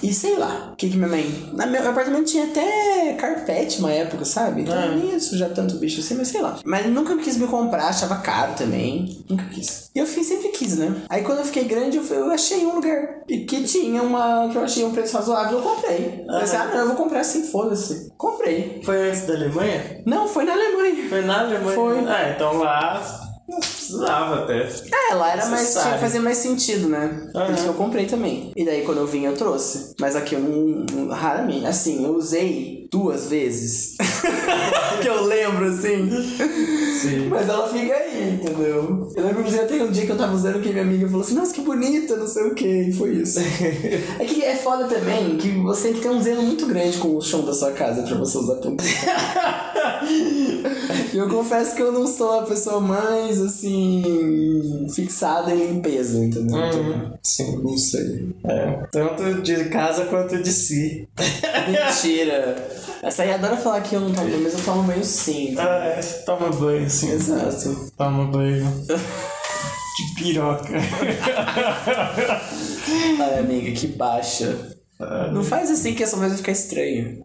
Speaker 4: E sei lá, o que, que minha mãe. Na meu apartamento tinha até carpete uma época, sabe? Então
Speaker 3: Ah.
Speaker 4: nem ia sujar tanto bicho assim, mas sei lá. Mas nunca quis me comprar, achava caro também. Nunca quis. E eu fiquei, sempre quis, né? Aí quando eu fiquei grande, eu, fui- eu achei um lugar e que tinha uma. que eu achei um preço razoável, eu comprei. Eu Pensei, ah, não, eu vou comprar assim, foda-se. Comprei.
Speaker 3: foi antes da Alemanha?
Speaker 4: Não, foi na Alemanha.
Speaker 3: Foi na Alemanha?
Speaker 4: Foi.
Speaker 3: Ah, então lá não precisava até.
Speaker 4: É, lá era
Speaker 3: Você
Speaker 4: mais. Tinha
Speaker 3: sabe.
Speaker 4: que fazer mais sentido, né? Por
Speaker 3: Aham.
Speaker 4: isso que eu comprei também. E daí quando eu vim eu trouxe. Mas aqui eu não. não- Raramente. Assim, eu usei duas vezes. que eu lembro, assim.
Speaker 3: Sim.
Speaker 4: Mas ela fica aí, entendeu? Eu lembro, inclusive, até um dia que eu tava usando que minha amiga falou assim, nossa, que bonita, não sei o que, e foi isso. é que é foda também que você tem que ter um zelo muito grande com o chão da sua casa pra você usar tanto. E eu confesso que eu não sou a pessoa mais, assim, fixada em limpeza, entendeu? Então,
Speaker 3: Uhum.
Speaker 4: Sim, não sei.
Speaker 3: É. Tanto de casa quanto de si.
Speaker 4: É Mentira! Essa aí adora falar que eu não tomo banho, mas eu tomo banho sim. tá?
Speaker 3: Ah, é. você Toma banho, assim, sim.
Speaker 4: Exato.
Speaker 3: Toma banho. De piroca.
Speaker 4: Ai, amiga, que baixa. Não faz assim que essa voz vai ficar estranha.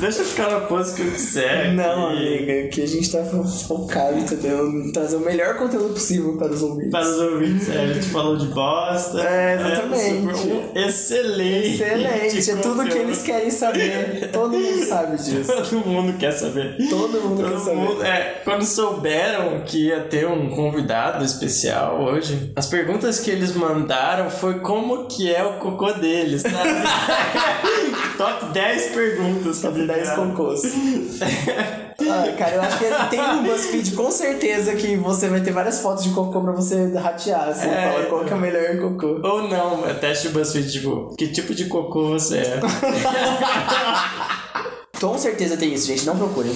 Speaker 3: Deixa eu ficar na pose que eu quiser.
Speaker 4: Não,
Speaker 3: E-
Speaker 4: amiga, que a gente tá fo- focado, entendeu? Em trazer o melhor conteúdo possível para os ouvintes.
Speaker 3: Para os ouvintes, é, a gente falou de bosta.
Speaker 4: É,
Speaker 3: né,
Speaker 4: exatamente.
Speaker 3: sobre um excelente.
Speaker 4: Excelente, é tudo que
Speaker 3: conteúdo.
Speaker 4: eles querem saber. Todo mundo sabe disso.
Speaker 3: Todo mundo quer saber.
Speaker 4: Todo mundo quer
Speaker 3: Todo
Speaker 4: saber.
Speaker 3: mundo, é, quando souberam que ia ter um convidado especial hoje, as perguntas que eles mandaram foi como que é o cocô deles, sabe? Top 10 perguntas. que
Speaker 4: Top 10
Speaker 3: mandaram.
Speaker 4: concursos. Ah, cara, eu acho que tem no BuzzFeed com certeza que você vai ter várias fotos de cocô pra você ratear, assim,
Speaker 3: É,
Speaker 4: falar qual que é o melhor cocô.
Speaker 3: Ou não, é teste BuzzFeed, tipo, que tipo de cocô você é?
Speaker 4: Com certeza tem isso, gente, não procurem.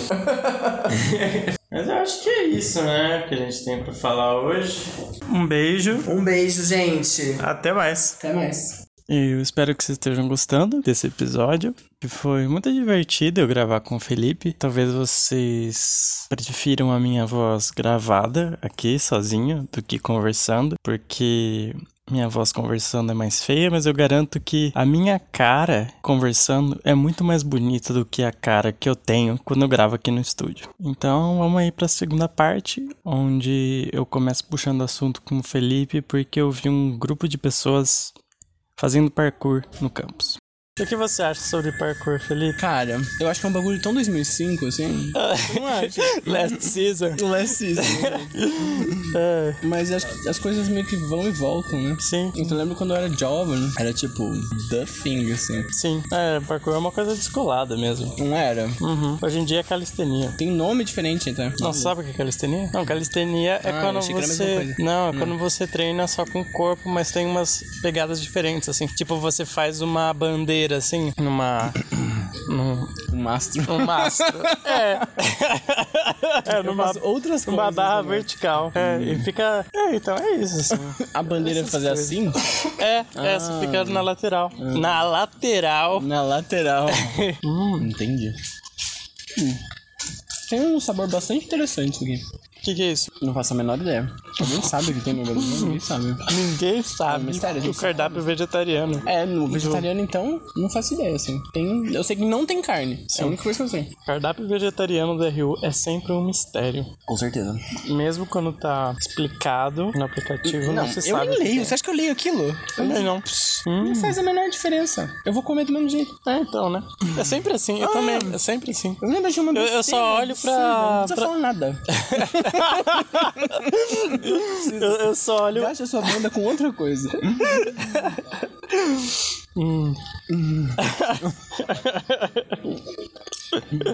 Speaker 3: Mas eu acho que é isso, né? Que a gente tem pra falar hoje. Um beijo.
Speaker 4: Um beijo, gente.
Speaker 3: Até mais.
Speaker 4: Até mais.
Speaker 3: E Eu espero que vocês estejam gostando desse episódio, que foi muito divertido eu gravar com o Felipe. Talvez vocês prefiram a minha voz gravada aqui sozinho do que conversando, porque minha voz conversando é mais feia, mas eu garanto que a minha cara conversando é muito mais bonita do que a cara que eu tenho quando eu gravo aqui no estúdio. Então vamos aí para a segunda parte, onde eu começo puxando assunto com o Felipe, porque eu vi um grupo de pessoas fazendo parkour no campus. O que você acha sobre parkour, Felipe?
Speaker 4: Cara, eu acho que é um bagulho tão 2005, assim.
Speaker 3: Ah,
Speaker 4: Eu
Speaker 3: é?
Speaker 4: não acho.
Speaker 3: Last season.
Speaker 4: O Last Season.
Speaker 3: É,
Speaker 4: Mas acho que as coisas meio que vão e voltam, né?
Speaker 3: sim,
Speaker 4: Então eu lembro quando eu era jovem, era tipo The Thing, assim.
Speaker 3: sim. É, parkour é uma coisa descolada mesmo.
Speaker 4: Não era.
Speaker 3: Uhum. Hoje em dia é calistenia.
Speaker 4: Tem nome diferente então. até.
Speaker 3: Não sabe o que é calistenia? Não, calistenia é
Speaker 4: Ah,
Speaker 3: quando
Speaker 4: eu achei que era a mesma
Speaker 3: você.
Speaker 4: coisa. Hum.
Speaker 3: Não, é quando você treina só com o corpo, mas tem umas pegadas diferentes, assim. Tipo, você faz uma bandeira, assim, numa. num,
Speaker 4: O mastro.
Speaker 3: um mastro. é. é, numa.
Speaker 4: faço outras
Speaker 3: numa
Speaker 4: coisas
Speaker 3: barra
Speaker 4: também. Hum.
Speaker 3: vertical. É, e fica. É, então é isso, assim.
Speaker 4: A bandeira fazer assim?
Speaker 3: É,
Speaker 4: Ah.
Speaker 3: essa fica na lateral. Na lateral.
Speaker 4: Na lateral. Entendi. Hum. Tem um sabor bastante interessante isso aqui.
Speaker 3: O que, que é isso?
Speaker 4: Não faço a menor ideia. Ninguém sabe o que tem no bagulho, ninguém sabe.
Speaker 3: Ninguém sabe.
Speaker 4: É, mistério,
Speaker 3: o
Speaker 4: gente.
Speaker 3: cardápio vegetariano.
Speaker 4: É, no vegetariano então, não faço ideia, assim. Tem, eu sei que não tem carne. É a única coisa que eu sei.
Speaker 3: O cardápio vegetariano do RU é sempre um mistério.
Speaker 4: Com certeza.
Speaker 3: Mesmo quando tá explicado no aplicativo, não,
Speaker 4: Não,
Speaker 3: se
Speaker 4: eu
Speaker 3: sabe.
Speaker 4: nem
Speaker 3: o que
Speaker 4: leio.
Speaker 3: é.
Speaker 4: Você acha que eu leio aquilo?
Speaker 3: Também não. Hum,
Speaker 4: Não faz a menor diferença. Eu vou comer do mesmo jeito.
Speaker 3: é, então, né? É sempre assim,
Speaker 4: Ah.
Speaker 3: eu também. É sempre assim.
Speaker 4: Eu lembro de uma
Speaker 3: Eu- eu só olho pra-
Speaker 4: absurda, Não precisa
Speaker 3: pra-
Speaker 4: falar nada.
Speaker 3: eu, eu só olho.
Speaker 4: Gaste a sua banda com outra coisa.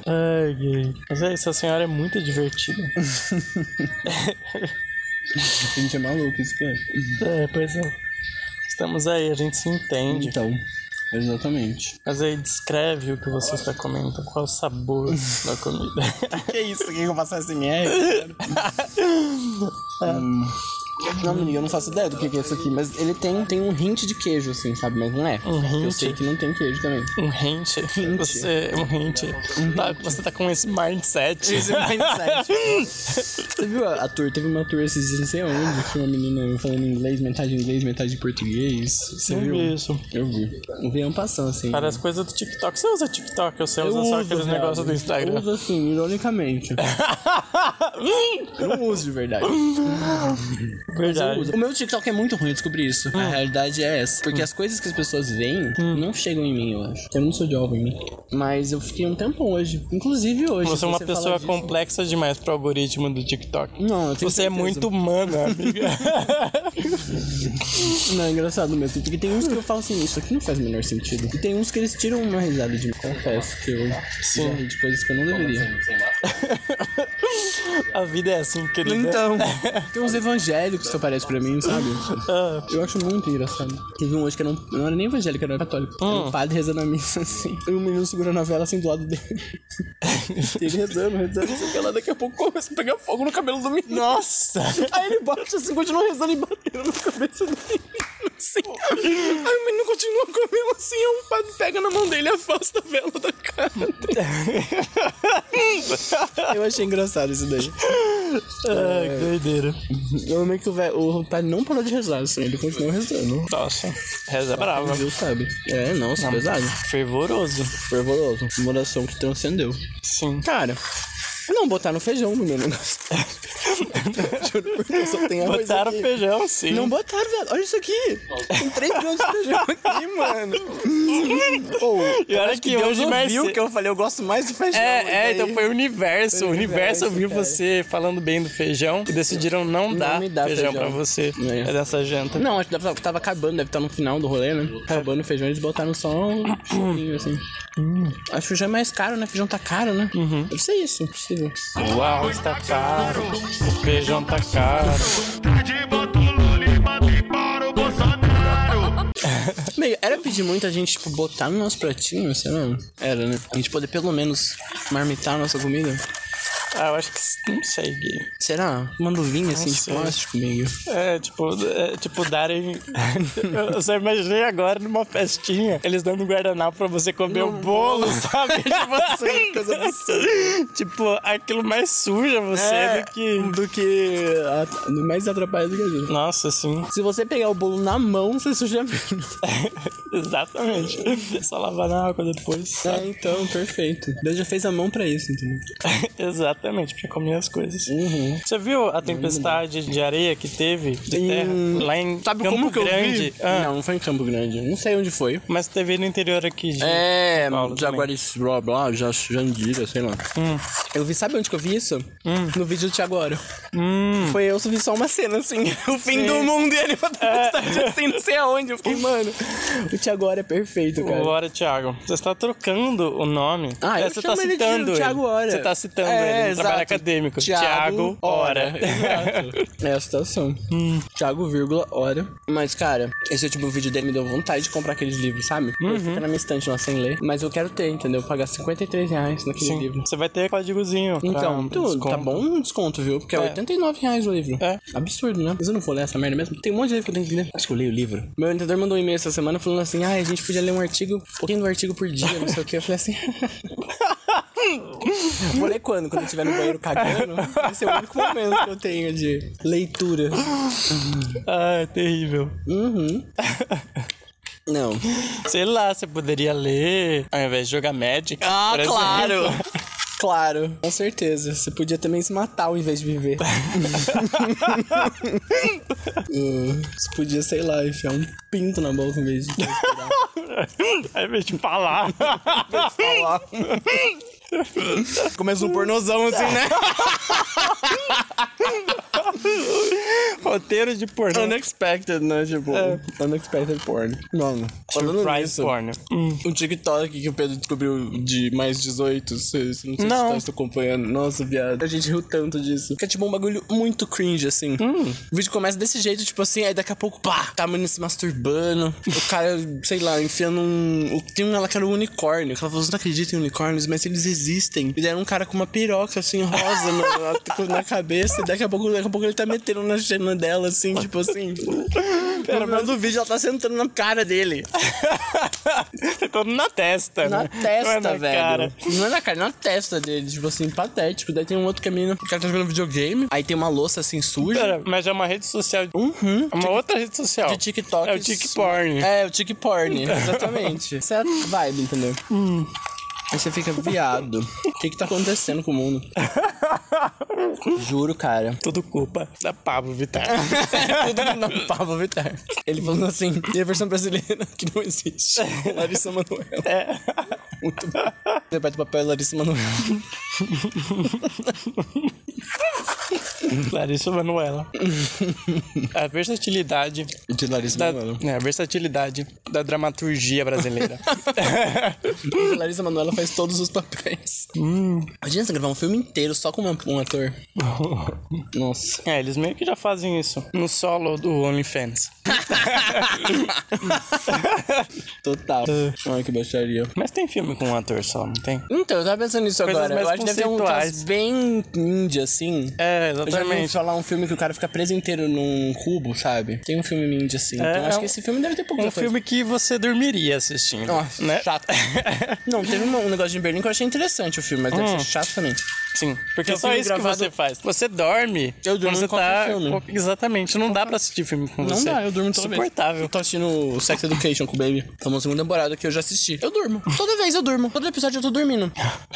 Speaker 3: Ai, gay. Mas é isso, a senhora é muito divertida.
Speaker 4: A gente é maluco, isso que é.
Speaker 3: é, pois é. Estamos aí, a gente se entende.
Speaker 4: Então, exatamente.
Speaker 3: Mas aí descreve o que você está comendo, qual o sabor da comida.
Speaker 4: Que isso? que eu faço assim? É. SMR? Hum. Não, menino, eu não faço ideia do que que é isso aqui, mas ele tem, tem um hint de queijo, assim, sabe? Mas não é.
Speaker 3: hint?
Speaker 4: Eu sei que não tem queijo também.
Speaker 3: Um rente.
Speaker 4: Hint.
Speaker 3: Você, um rente. Tá, você tá com esse mindset.
Speaker 4: Esse mindset. Você viu a, a tour? Teve uma tour esses dias, não sei onde, que uma menina falando inglês, metade inglês, metade português. Você
Speaker 3: Não
Speaker 4: viu?
Speaker 3: vi Então é isso.
Speaker 4: Eu vi. Eu vi um passão, assim.
Speaker 3: Parece coisa do TikTok. Você usa TikTok ou você usa só aqueles
Speaker 4: viado.
Speaker 3: negócios do
Speaker 4: Eu
Speaker 3: Instagram?
Speaker 4: uso assim, ironicamente. Eu não uso de verdade. Eu
Speaker 3: Verdade.
Speaker 4: uso. O meu TikTok é muito ruim, eu descobri isso.
Speaker 3: Hum.
Speaker 4: A realidade é essa. Porque as coisas que as pessoas veem não chegam em mim, eu acho. Eu não sou jovem, né? Mas eu fiquei um tempão hoje. Inclusive hoje.
Speaker 3: Você é uma
Speaker 4: se falar
Speaker 3: pessoa
Speaker 4: disso.
Speaker 3: complexa demais pro algoritmo do TikTok.
Speaker 4: Não, eu tenho
Speaker 3: Você é
Speaker 4: certeza.
Speaker 3: muito humana, amiga.
Speaker 4: Não, é engraçado mesmo. Porque tem uns que eu falo assim, isso aqui não faz o menor sentido. E tem uns que eles tiram uma risada de mim. Confesso que eu já ri de coisas que eu não deveria.
Speaker 3: A vida é assim, querida.
Speaker 4: Então, tem uns evangélicos que aparecem pra mim, sabe? Eu acho muito engraçado. Teve um hoje que era um, não era nem evangélico, era católico. Era um padre rezando a missa assim. E um menino segurando a vela assim do lado dele. E ele rezando, rezando, não sei o que lá. Daqui a pouco começa a pegar fogo no cabelo do menino.
Speaker 3: Nossa!
Speaker 4: Aí ele bate assim, continua rezando e batendo na cabeça do menino, assim. Aí o menino continua comendo assim, aí um padre pega na mão dele e afasta a vela da cara dele. Eu achei engraçado isso daí.
Speaker 3: Ai, que doideira.
Speaker 4: Eu amei que o, vé- o padre não parou de rezar, assim, ele continuou rezando.
Speaker 3: Nossa, reza brava.
Speaker 4: Deus sabe. É, não, isso é pesado.
Speaker 3: Fervoroso.
Speaker 4: Fervoroso. Uma oração que transcendeu.
Speaker 3: Sim.
Speaker 4: Cara, não botaram feijão no meu negócio. Juro por Deus, só tem arroz
Speaker 3: É. Botaram
Speaker 4: aqui.
Speaker 3: feijão, sim.
Speaker 4: Não botaram, velho. Olha isso aqui. Tem três grãos de feijão aqui, mano. Pô,
Speaker 3: E olha
Speaker 4: acho
Speaker 3: que,
Speaker 4: que Deus
Speaker 3: hoje
Speaker 4: ouviu
Speaker 3: Merce-
Speaker 4: que eu falei, eu gosto mais do feijão.
Speaker 3: É,
Speaker 4: e
Speaker 3: é,
Speaker 4: daí-
Speaker 3: então foi o universo.
Speaker 4: Foi
Speaker 3: o
Speaker 4: o
Speaker 3: universo,
Speaker 4: universo,
Speaker 3: viu
Speaker 4: cara.
Speaker 3: você falando bem do feijão e decidiram não, dar
Speaker 4: me dar
Speaker 3: feijão,
Speaker 4: feijão.
Speaker 3: pra você
Speaker 4: É.
Speaker 3: dessa janta.
Speaker 4: Não, acho que deve- tá, tava acabando, deve estar no final do rolê, né?
Speaker 3: É.
Speaker 4: Acabando o feijão, eles botaram só um churrinho, assim.
Speaker 3: Hum.
Speaker 4: Acho que feijão é mais caro, né? Feijão tá caro, né?
Speaker 3: Uhum.
Speaker 4: Deve ser isso, impossível.
Speaker 3: O arroz tá caro, o feijão tá caro.
Speaker 6: Tarde botou Lula e mandei para o Bolsonaro.
Speaker 4: Meio, era pedir muito a gente, tipo, botar no nosso pratinho, sei lá. Era, né? A gente poder pelo menos marmitar a nossa comida.
Speaker 3: Ah, eu acho que não sei, Gui.
Speaker 4: Será? Uma luvinha, assim, de
Speaker 3: sei.
Speaker 4: plástico, meio.
Speaker 3: É, tipo, é, tipo darem. eu só imaginei agora numa festinha, eles dando um guardanapo pra você comer o bolo, sabe? Tipo assim,
Speaker 4: coisa
Speaker 3: Tipo, aquilo mais suja você do que.
Speaker 4: Do É, que... a- Mais atrapalha do que ajuda.
Speaker 3: Nossa, sim.
Speaker 4: Se você pegar o bolo na mão, você suja menos.
Speaker 3: Exatamente. É só lavar na água depois.
Speaker 4: Tá. É, Ah, então, perfeito. Deus já fez a mão pra isso, entendeu?
Speaker 3: rapidamente, porque comia as coisas.
Speaker 4: Uhum.
Speaker 3: Você viu a tempestade de areia que teve de terra lá em
Speaker 4: Sabe
Speaker 3: Campo
Speaker 4: como que eu
Speaker 3: Grande?
Speaker 4: vi?
Speaker 3: Ah,
Speaker 4: Não, não foi em Campo Grande. Não sei onde foi.
Speaker 3: mas teve no interior aqui de
Speaker 4: É,
Speaker 3: Paulo Hum.
Speaker 4: Jaguaris, blá blá, já Jandira, sei lá. Eu vi, sabe onde que eu vi isso? No vídeo do Thiago Oro.
Speaker 3: Hum.
Speaker 4: Foi eu vi só uma cena assim, o fim do mundo e ele uma
Speaker 3: É.
Speaker 4: tempestade assim, não sei aonde. Eu fiquei, mano, o Thiago Oro é perfeito, cara.
Speaker 3: Ora, Thiago, você está trocando o nome.
Speaker 4: Ah, eu
Speaker 3: você
Speaker 4: chamo
Speaker 3: tá
Speaker 4: ele de
Speaker 3: citando
Speaker 4: Thiago Ora.
Speaker 3: Você tá citando
Speaker 4: É,
Speaker 3: ele no
Speaker 4: exato.
Speaker 3: trabalho acadêmico.
Speaker 4: Thiago
Speaker 3: Thiago Ora.
Speaker 4: É a situação.
Speaker 3: Hum.
Speaker 4: Thiago, vírgula, hora. Mas, cara, esse último vídeo dele me deu vontade de comprar aqueles livros, sabe? Eu
Speaker 3: Uhum.
Speaker 4: fico na minha estante lá sem ler. Mas eu quero ter, entendeu? Pagar 53 reais naquele
Speaker 3: Sim,
Speaker 4: livro.
Speaker 3: Você vai ter códigozinho. pra
Speaker 4: Então, tu- tá
Speaker 3: desconto.
Speaker 4: bom um desconto, viu? Porque é,
Speaker 3: É.
Speaker 4: 89 reais o livro.
Speaker 3: É.
Speaker 4: Absurdo, né? Mas eu não vou ler essa merda mesmo. Tem um monte de livro que eu tenho que ler. Acho que eu leio o livro. Meu orientador mandou um e-mail essa semana falando assim: ah, a gente podia ler um artigo, um pouquinho do artigo por dia, não sei o que. Eu falei assim. Vou ler quando? Quando eu estiver no banheiro cagando? Esse é o único momento que eu tenho de leitura.
Speaker 3: Ah, é terrível.
Speaker 4: Uhum. Não.
Speaker 3: Sei lá, você poderia ler ao invés de jogar Magic.
Speaker 4: Ah,
Speaker 3: por exemplo.
Speaker 4: Claro, com certeza. Você podia também se matar ao invés de viver. Hum, você podia, sei lá, enfiar um pinto na boca em vez de respirar.
Speaker 3: Ao invés de falar.
Speaker 4: Começa um pornozão assim, né?
Speaker 3: Roteiro de pornô.
Speaker 4: Unexpected, né? Tipo, unexpected porn. Mano, falando
Speaker 3: Surprise
Speaker 4: nisso,
Speaker 3: porno.
Speaker 4: o Um TikTok que o Pedro descobriu de mais 18, vocês não sei
Speaker 3: Não.
Speaker 4: se vocês estão acompanhando. Nossa, viado. A gente riu tanto disso. Fica tipo um bagulho muito cringe, assim. O vídeo começa desse jeito, tipo assim, aí daqui a pouco, pá, tá a menina se masturbando. o cara, sei lá, enfiando um. o- Tem um, ela que era um unicórnio. Que ela falou, "Vocês não acreditam em unicórnios, mas eles existem. E deram um cara com uma piroca, assim, rosa no- na, na cabeça. E daqui a pouco, daqui a pouco ele tá metendo na cena dela, assim, tipo assim. Pelo menos do vídeo ela tá sentando na cara dele.
Speaker 3: Todo tá na testa.
Speaker 4: Na
Speaker 3: né?
Speaker 4: testa,
Speaker 3: Não é na
Speaker 4: velho.
Speaker 3: cara.
Speaker 4: Não é na cara, na testa dele. Tipo assim, patético. Daí tem um outro que a menina, o cara tá jogando videogame. Aí tem uma louça assim suja.
Speaker 3: Pera, mas é uma rede social.
Speaker 4: Uhum.
Speaker 3: É uma outra rede social.
Speaker 4: De TikTok.
Speaker 3: É o TikPorn.
Speaker 4: É, o Tik Porn, exatamente. Essa é a vibe, entendeu?
Speaker 3: Hum.
Speaker 4: Aí você fica viado. O que que tá acontecendo com o mundo? Juro, cara.
Speaker 3: Tudo culpa da Pablo Vittar.
Speaker 4: É, Tudo que não Pablo Vittar. Ele falando assim, e a versão brasileira que não existe. Larissa Manoela.
Speaker 3: É.
Speaker 4: Muito bom. Debate de papel é Larissa Manoela.
Speaker 3: Larissa Manoela. a versatilidade.
Speaker 4: De Larissa
Speaker 3: Da,
Speaker 4: Manoela.
Speaker 3: né, a versatilidade da dramaturgia brasileira.
Speaker 4: Larissa Manoela faz todos os papéis.
Speaker 3: Hum.
Speaker 4: Imagina você gravar um filme inteiro só com uma- um ator. Nossa.
Speaker 3: é, eles meio que já fazem isso no solo do OnlyFans.
Speaker 4: Total.
Speaker 3: É.
Speaker 4: Ai, que baixaria.
Speaker 3: Mas tem filme com um ator só, não tem?
Speaker 4: Então, eu tava pensando nisso
Speaker 3: Coisas
Speaker 4: agora.
Speaker 3: mais
Speaker 4: Eu acho que deve ter um
Speaker 3: conceituais.
Speaker 4: caso bem indie, assim.
Speaker 3: É,
Speaker 4: Eu já vi
Speaker 3: exatamente.
Speaker 4: falar um filme que o cara fica preso inteiro num cubo, sabe? Tem um filme indie, assim. então, eu
Speaker 3: é
Speaker 4: acho
Speaker 3: um-
Speaker 4: que esse filme deve ter pouco
Speaker 3: Um filme que você dormiria assistindo.
Speaker 4: Nossa,
Speaker 3: né?
Speaker 4: chato. Não, teve uma- um negócio de Berlim que eu achei interessante o filme, mas
Speaker 3: Hum.
Speaker 4: deve ser chato também.
Speaker 3: Sim, porque é
Speaker 4: um
Speaker 3: só
Speaker 4: filme
Speaker 3: isso
Speaker 4: gravado-
Speaker 3: que você faz. Você dorme.
Speaker 4: Eu durmo
Speaker 3: quando você tá
Speaker 4: em qualquer filme.
Speaker 3: Exatamente, não dá pra assistir filme com
Speaker 4: Não
Speaker 3: você.
Speaker 4: dá, eu durmo toda vez.
Speaker 3: Suportável.
Speaker 4: Eu tô assistindo Sex Education com o Baby. Tá uma segunda temporada que eu já assisti. Eu durmo. Toda vez eu durmo. Todo episódio eu tô dormindo.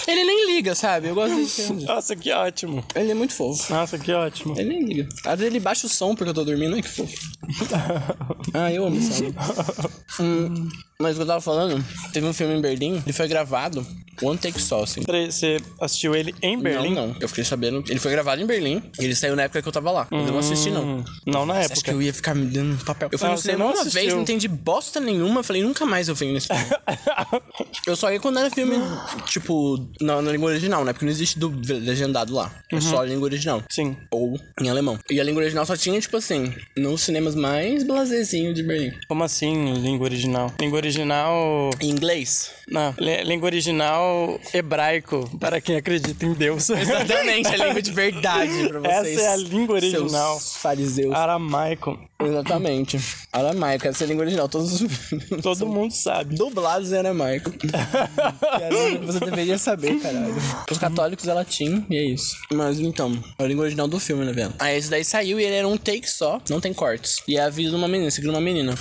Speaker 4: Ele nem liga, sabe? Eu gosto desse.
Speaker 3: Nossa, que ótimo.
Speaker 4: Ele é muito fofo.
Speaker 3: Nossa, que ótimo.
Speaker 4: Ele nem liga. Às vezes ele baixa o som porque eu tô dormindo. Ai, que fofo. Ah, eu amo sabe? Hum, mas o que eu tava falando, teve um filme em Berlim. Ele foi gravado one take só, assim.
Speaker 3: Peraí, você assistiu ele em Berlim?
Speaker 4: Não, não. Eu fiquei sabendo. Ele foi gravado em Berlim. Ele saiu na época que eu tava lá. Mas eu não assisti, não.
Speaker 3: Não na
Speaker 4: Você acha que
Speaker 3: época.
Speaker 4: eu ia ficar me dando um papel? Eu
Speaker 3: Hum.
Speaker 4: fui
Speaker 3: Ah,
Speaker 4: no
Speaker 3: você
Speaker 4: cinema
Speaker 3: não
Speaker 4: uma
Speaker 3: assistiu.
Speaker 4: vez, não entendi bosta nenhuma. Falei, nunca mais eu venho nesse filme. eu só ia quando era filme, tipo, na, na língua original, né? Porque não existe dub- legendado lá.
Speaker 3: Uhum.
Speaker 4: É só a língua original.
Speaker 3: Sim.
Speaker 4: Ou em alemão. E a língua original só tinha, tipo assim, nos cinemas mais blazezinho de Berlim.
Speaker 3: Como assim, língua original? Língua original.
Speaker 4: Em inglês.
Speaker 3: Não, lé- língua original hebraico, para quem acredita em Deus.
Speaker 4: Exatamente, a língua de verdade pra
Speaker 3: Essa
Speaker 4: vocês.
Speaker 3: é a língua original. Ah.
Speaker 4: Seus fariseus.
Speaker 3: Aramaico.
Speaker 4: Exatamente. Aramaico, essa é a língua original. Todos os...
Speaker 3: Todo mundo sabe.
Speaker 4: Dublados em aramaico. Cara, Você deveria saber, caralho. Os católicos é latim, e é isso. Mas então, é a língua original do filme, né, velho? Aí esse daí saiu e ele era um take só, não tem cortes. E é a vida de uma menina, seguindo uma menina.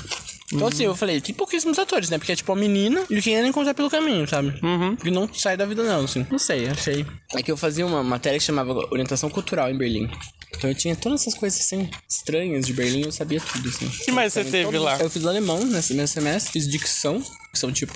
Speaker 4: Então, assim, eu falei, tem pouquíssimos atores, né? Porque é tipo a menina e quem ela encontrar pelo caminho, sabe? Uhum. Que não sai da vida, não, assim. Não sei, achei. É que eu fazia uma matéria que chamava Orientação Cultural em Berlim. Então eu tinha todas essas coisas, assim, estranhas de Berlim, eu sabia tudo, assim.
Speaker 3: que mais você teve lá?
Speaker 4: Eu fiz alemão nesse mesmo semestre, fiz dicção, que são tipo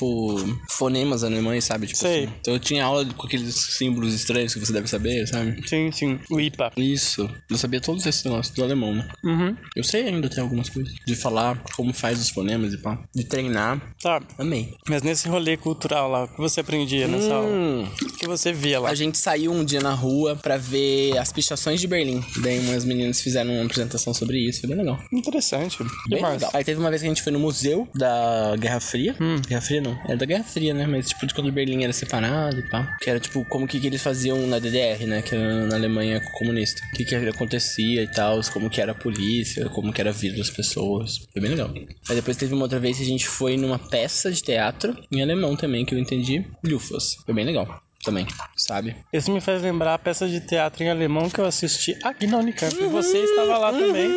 Speaker 4: fonemas alemães, sabe? Tipo,
Speaker 3: Sei.
Speaker 4: assim. Então eu tinha aula com aqueles símbolos estranhos que você deve saber, sabe?
Speaker 3: Sim, sim. O IPA.
Speaker 4: Isso. Eu sabia todos esses negócios do alemão, né?
Speaker 3: Uhum.
Speaker 4: Eu sei ainda tem algumas coisas. De falar como faz os fonemas e pá. De treinar.
Speaker 3: Tá.
Speaker 4: Amei.
Speaker 3: Mas nesse rolê cultural lá, o que você aprendia nessa aula?
Speaker 4: Hum,
Speaker 3: O que você via lá?
Speaker 4: a gente saiu um dia na rua pra ver as pichações de Berlim. Daí umas meninas fizeram uma apresentação sobre isso. Foi bem legal.
Speaker 3: Interessante. Que
Speaker 4: Bem
Speaker 3: mais?
Speaker 4: legal. Aí teve uma vez que a gente foi no museu da Guerra Fria. Guerra Fria não. Era da Guerra Fria, né? Mas tipo de quando Berlim era separado e pá. Que era tipo como que, que eles faziam na DDR, né? Que era na Alemanha comunista. O que, que acontecia e tal. Como que era a polícia, como que era a vida das pessoas. Foi bem legal. Aí depois teve uma outra vez que a gente foi numa peça de teatro em alemão também, que eu entendi. Lufas. Foi bem legal. Também, sabe?
Speaker 3: Isso me faz lembrar a peça de teatro em alemão que eu assisti aqui na Unicamp. Você estava lá também.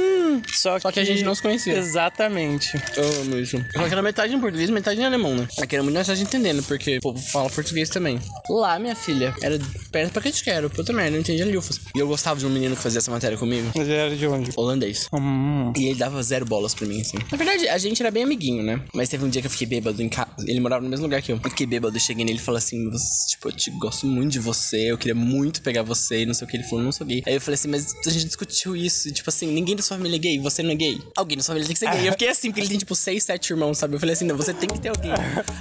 Speaker 3: Só,
Speaker 4: Só que a gente não se conhecia.
Speaker 3: Exatamente.
Speaker 4: Eu amo isso. Só que era metade em português, metade em alemão, né? Aqui era muito mais fácil de entender, né? Porque o povo fala português também. Lá, minha filha, era perto pra que te quero. Puta merda, eu entendi a lufas. E eu gostava de um menino que fazia essa matéria comigo.
Speaker 3: Mas ele era de onde?
Speaker 4: Holandês.
Speaker 3: Hum.
Speaker 4: E ele dava zero bolas pra mim, assim. Na verdade, a gente era bem amiguinho, né? Mas teve um dia que eu fiquei bêbado em casa. Ele morava no mesmo lugar que eu. Eu fiquei bêbado, eu cheguei nele e falei assim: "Você- Tipo, eu te gosto muito de você, eu queria muito pegar você, e não sei o que. Ele falou, não sou gay. Aí eu falei assim, mas a gente discutiu isso. E, tipo assim, ninguém da sua família é gay, você não é gay. Alguém da sua família tem que ser gay. Eu fiquei assim, porque ele tem tipo seis, sete irmãos, sabe? Eu falei assim, não, você tem que ter alguém.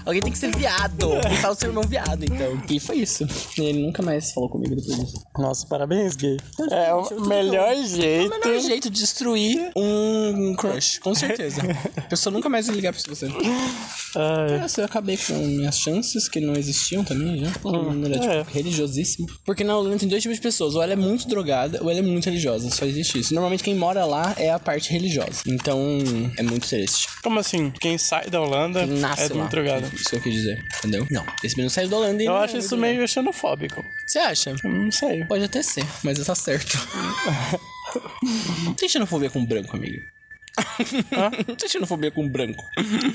Speaker 4: Alguém tem que ser viado. Me fala o seu irmão viado, então. E foi isso. E ele nunca mais falou comigo depois disso.
Speaker 3: Nossa, parabéns, gay. É o melhor
Speaker 4: O
Speaker 3: jeito.
Speaker 4: melhor um jeito de destruir um crush, com certeza. A pessoa nunca mais vai ligar pra você.
Speaker 3: Ai,
Speaker 4: Essa eu acabei com minhas chances, que não existiam também já. De uma maneira, tipo,
Speaker 3: Ah, é.
Speaker 4: religiosíssima. Porque na Holanda tem dois tipos de pessoas. Ou ela é muito drogada, ou ela é muito religiosa. Só existe isso. Normalmente quem mora lá é a parte religiosa. Então, é muito triste.
Speaker 3: Como assim? Quem sai da Holanda
Speaker 4: Ele nasce
Speaker 3: é de
Speaker 4: lá.
Speaker 3: um drogado.
Speaker 4: Isso que eu quis dizer, entendeu? Não. Esse menino saiu da Holanda e
Speaker 3: Eu
Speaker 4: não
Speaker 3: acho
Speaker 4: é
Speaker 3: isso
Speaker 4: drogado.
Speaker 3: meio xenofóbico.
Speaker 4: Você acha?
Speaker 3: Não sei.
Speaker 4: Pode até ser, mas tá certo. Não tem xenofobia com branco, amigo. Não tem xenofobia com branco.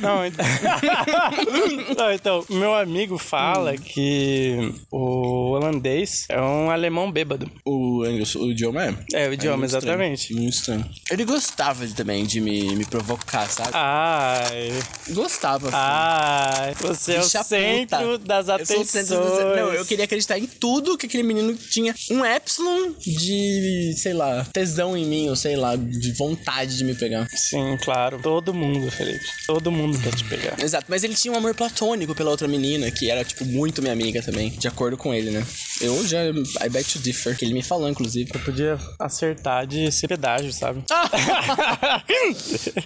Speaker 3: Não, então... Não, então, meu amigo fala que o holandês é um alemão bêbado.
Speaker 4: O, anglo- o idioma é?
Speaker 3: É, o idioma,
Speaker 4: muito estranho.
Speaker 3: exatamente.
Speaker 4: Muito estranho. Ele gostava de- também de me, me provocar, sabe?
Speaker 3: Ah. Ai,
Speaker 4: Gostava.
Speaker 3: ai, você é o
Speaker 4: Bicha
Speaker 3: centro
Speaker 4: puta.
Speaker 3: das
Speaker 4: Eu sou o
Speaker 3: Ah, atenções.
Speaker 4: centro dos- Não, eu queria acreditar em tudo que aquele menino tinha. Um epsilon de, sei lá, tesão em mim, ou sei lá, de vontade de me pegar.
Speaker 3: Sim, claro. Todo mundo, Felipe. Todo mundo quer te pegar.
Speaker 4: Exato, mas ele tinha um amor platônico pela outra menina, que era, tipo, muito minha amiga também, de acordo com ele, né? Eu já. I bet you differ, que ele me falou, inclusive.
Speaker 3: Eu podia acertar de ser pedágio, sabe?
Speaker 4: Ah!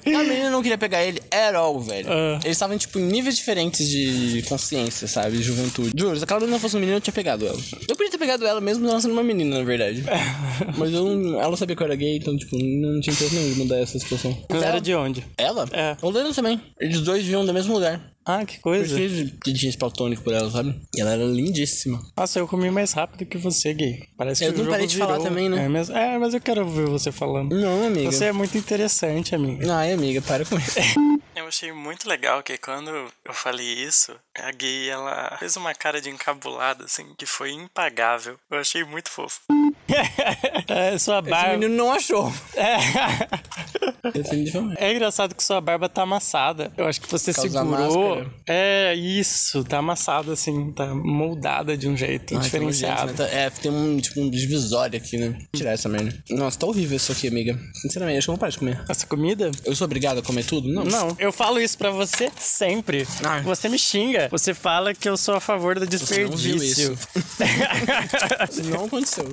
Speaker 4: A menina não queria pegar ele at all, velho.
Speaker 3: Ah.
Speaker 4: Eles estavam, tipo, em níveis diferentes de consciência, sabe? De juventude. Juro, se aquela menina fosse um menino, eu tinha pegado ela. Eu podia ter pegado ela mesmo ela sendo uma menina, na verdade.
Speaker 3: É.
Speaker 4: Mas eu não, ela não sabia que eu era gay, então, tipo, não tinha interesse nenhum de mudar essa situação.
Speaker 3: Mas era de onde?
Speaker 4: Ela?
Speaker 3: É.
Speaker 4: Holanda também. Eles dois vinham do mesmo lugar.
Speaker 3: Ah, que coisa.
Speaker 4: Porque ele tinha esse platônico por ela, sabe? E ela era lindíssima.
Speaker 3: Nossa, eu comi mais rápido que você, gay. Parece
Speaker 4: Eu
Speaker 3: que
Speaker 4: não
Speaker 3: o jogo
Speaker 4: parei de
Speaker 3: virou.
Speaker 4: falar também, né?
Speaker 3: É, mas, é, mas eu quero ver você falando.
Speaker 4: Não, amiga.
Speaker 3: Você é muito interessante, amiga.
Speaker 4: Ai, amiga, para com isso.
Speaker 3: Eu achei muito legal que quando eu falei isso, a gay, ela fez uma cara de encabulada, assim, que foi impagável. Eu achei muito fofo. é, sua
Speaker 4: O
Speaker 3: barba...
Speaker 4: menino não achou.
Speaker 3: É.
Speaker 4: Eu tenho de falar.
Speaker 3: É engraçado que sua barba tá amassada. Eu acho que você
Speaker 4: causa da
Speaker 3: segurou.
Speaker 4: máscara.
Speaker 3: É isso, tá amassada assim, tá moldada de um jeito
Speaker 4: Ai,
Speaker 3: diferenciado.
Speaker 4: tem um jeito, né? Tá- É, tem um, tipo, um divisório aqui, né? Tirar essa merda. Nossa, tá horrível isso aqui, amiga. Sinceramente, acho que eu vou parar de comer.
Speaker 3: Essa comida?
Speaker 4: Eu sou obrigado a comer tudo? Não.
Speaker 3: Não, eu falo isso pra você sempre.
Speaker 4: Ai.
Speaker 3: Você me xinga. Você fala que eu sou a favor do
Speaker 4: Você não viu
Speaker 3: desperdício.
Speaker 4: isso. Isso não aconteceu.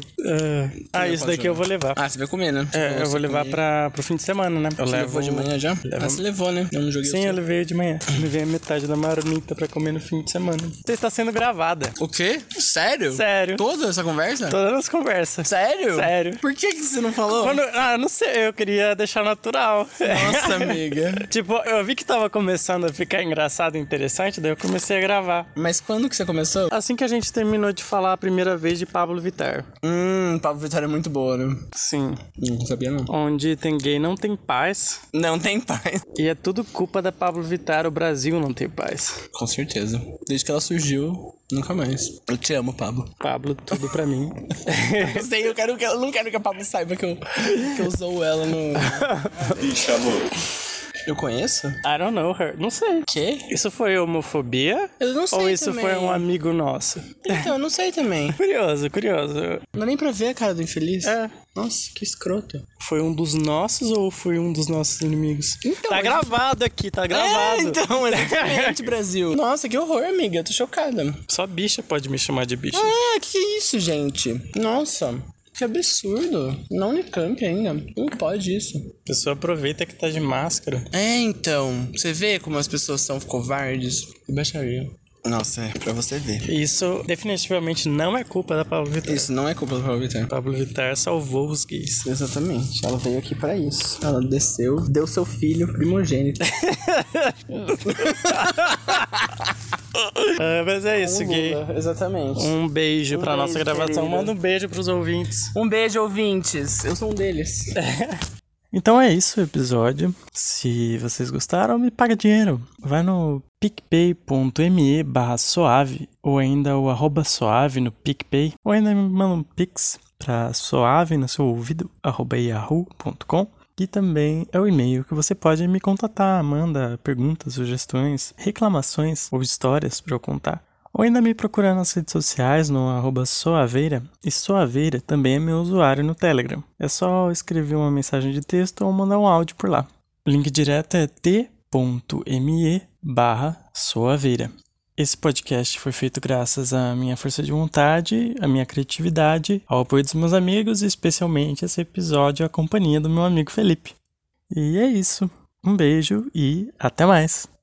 Speaker 3: ah, isso daqui eu vou levar.
Speaker 4: Ah, você vai comer, né?
Speaker 3: É, eu vou levar pra, pro fim de semana, né? Eu
Speaker 4: Você
Speaker 3: levo
Speaker 4: levou de manhã já? Ah, você levou, né? Eu não joguei
Speaker 3: Sim,
Speaker 4: o
Speaker 3: eu
Speaker 4: seu.
Speaker 3: levei de manhã. Levei a metade da marmita pra comer no fim de semana. Você está sendo gravada.
Speaker 4: O quê? Sério?
Speaker 3: Sério.
Speaker 4: Toda essa conversa?
Speaker 3: Todas as conversas.
Speaker 4: Sério?
Speaker 3: Sério.
Speaker 4: Por que, que você não falou?
Speaker 3: Quando, ah, não sei, eu queria deixar natural.
Speaker 4: Nossa, amiga.
Speaker 3: tipo, eu vi que tava começando a ficar engraçado e interessante, daí eu comecei a gravar.
Speaker 4: Mas quando que você começou?
Speaker 3: Assim que a gente terminou de falar a primeira vez de Pablo Vittar.
Speaker 4: Hum, Hum, Pablo Vittar é muito boa, né?
Speaker 3: Sim.
Speaker 4: Não sabia, não.
Speaker 3: Onde tem gay não tem paz.
Speaker 4: Não tem paz.
Speaker 3: E é tudo culpa da Pablo Vittar, o Brasil não tem paz.
Speaker 4: Com certeza. Desde que ela surgiu, nunca mais. Eu te amo, Pablo.
Speaker 3: Pablo, tudo pra mim.
Speaker 4: Eu sei, eu, quero que, eu não quero que a Pablo saiba que eu, que eu sou ela no. Eu conheço?
Speaker 3: I don't know her. Não sei.
Speaker 4: Quê?
Speaker 3: Isso foi homofobia?
Speaker 4: Eu não sei
Speaker 3: Ou isso
Speaker 4: também.
Speaker 3: foi um amigo nosso?
Speaker 4: Então, eu não sei também.
Speaker 3: Curioso, curioso.
Speaker 4: Não dá nem pra ver a cara do infeliz.
Speaker 3: É.
Speaker 4: Nossa, que escroto.
Speaker 3: Foi um dos nossos ou foi um dos nossos inimigos?
Speaker 4: Então,
Speaker 3: tá
Speaker 4: mas-
Speaker 3: gravado aqui, tá
Speaker 4: É,
Speaker 3: gravado.
Speaker 4: então, exatamente, Brasil. Nossa, que horror, amiga. Eu tô chocada.
Speaker 3: Só bicha pode me chamar de bicha.
Speaker 4: Ah, que que é isso, gente? Nossa, que absurdo. Na Unicamp ainda. Não pode isso.
Speaker 3: A pessoa aproveita que tá de máscara.
Speaker 4: É, então. Você vê como as pessoas são covardes? Que baixaria. Nossa, é pra você ver.
Speaker 3: Isso definitivamente não é culpa da Pablo Vittar.
Speaker 4: Isso não é culpa do Paulo Vittar.
Speaker 3: Pablo Vittar salvou os gays.
Speaker 4: Exatamente, ela veio aqui pra isso. Ela desceu, deu seu filho primogênito.
Speaker 3: Ah, mas é isso, gay.
Speaker 4: Lula, Exatamente.
Speaker 3: Um beijo pra
Speaker 4: beijo,
Speaker 3: nossa gravação.
Speaker 4: querida.
Speaker 3: Manda um beijo pros ouvintes.
Speaker 4: Um beijo, ouvintes. Eu sou um deles.
Speaker 3: É. Então é isso o episódio. Se vocês gostaram, me paga dinheiro. Vai no picpay.me barra suave ou ainda o arroba suave no picpay ou ainda me manda um pix pra suave no seu ouvido arroba yahoo.com e também é o e-mail que você pode me contatar, manda perguntas, sugestões, reclamações ou histórias pra eu contar. Ou ainda me procurar nas redes sociais no arroba Soaveira, e Soaveira também é meu usuário no Telegram. É só escrever uma mensagem de texto ou mandar um áudio por lá. O link direto é t.me barra Soaveira. Esse podcast foi feito graças à minha força de vontade, à minha criatividade, ao apoio dos meus amigos e especialmente esse episódio à companhia do meu amigo Felipe. E é isso. Um beijo e até mais!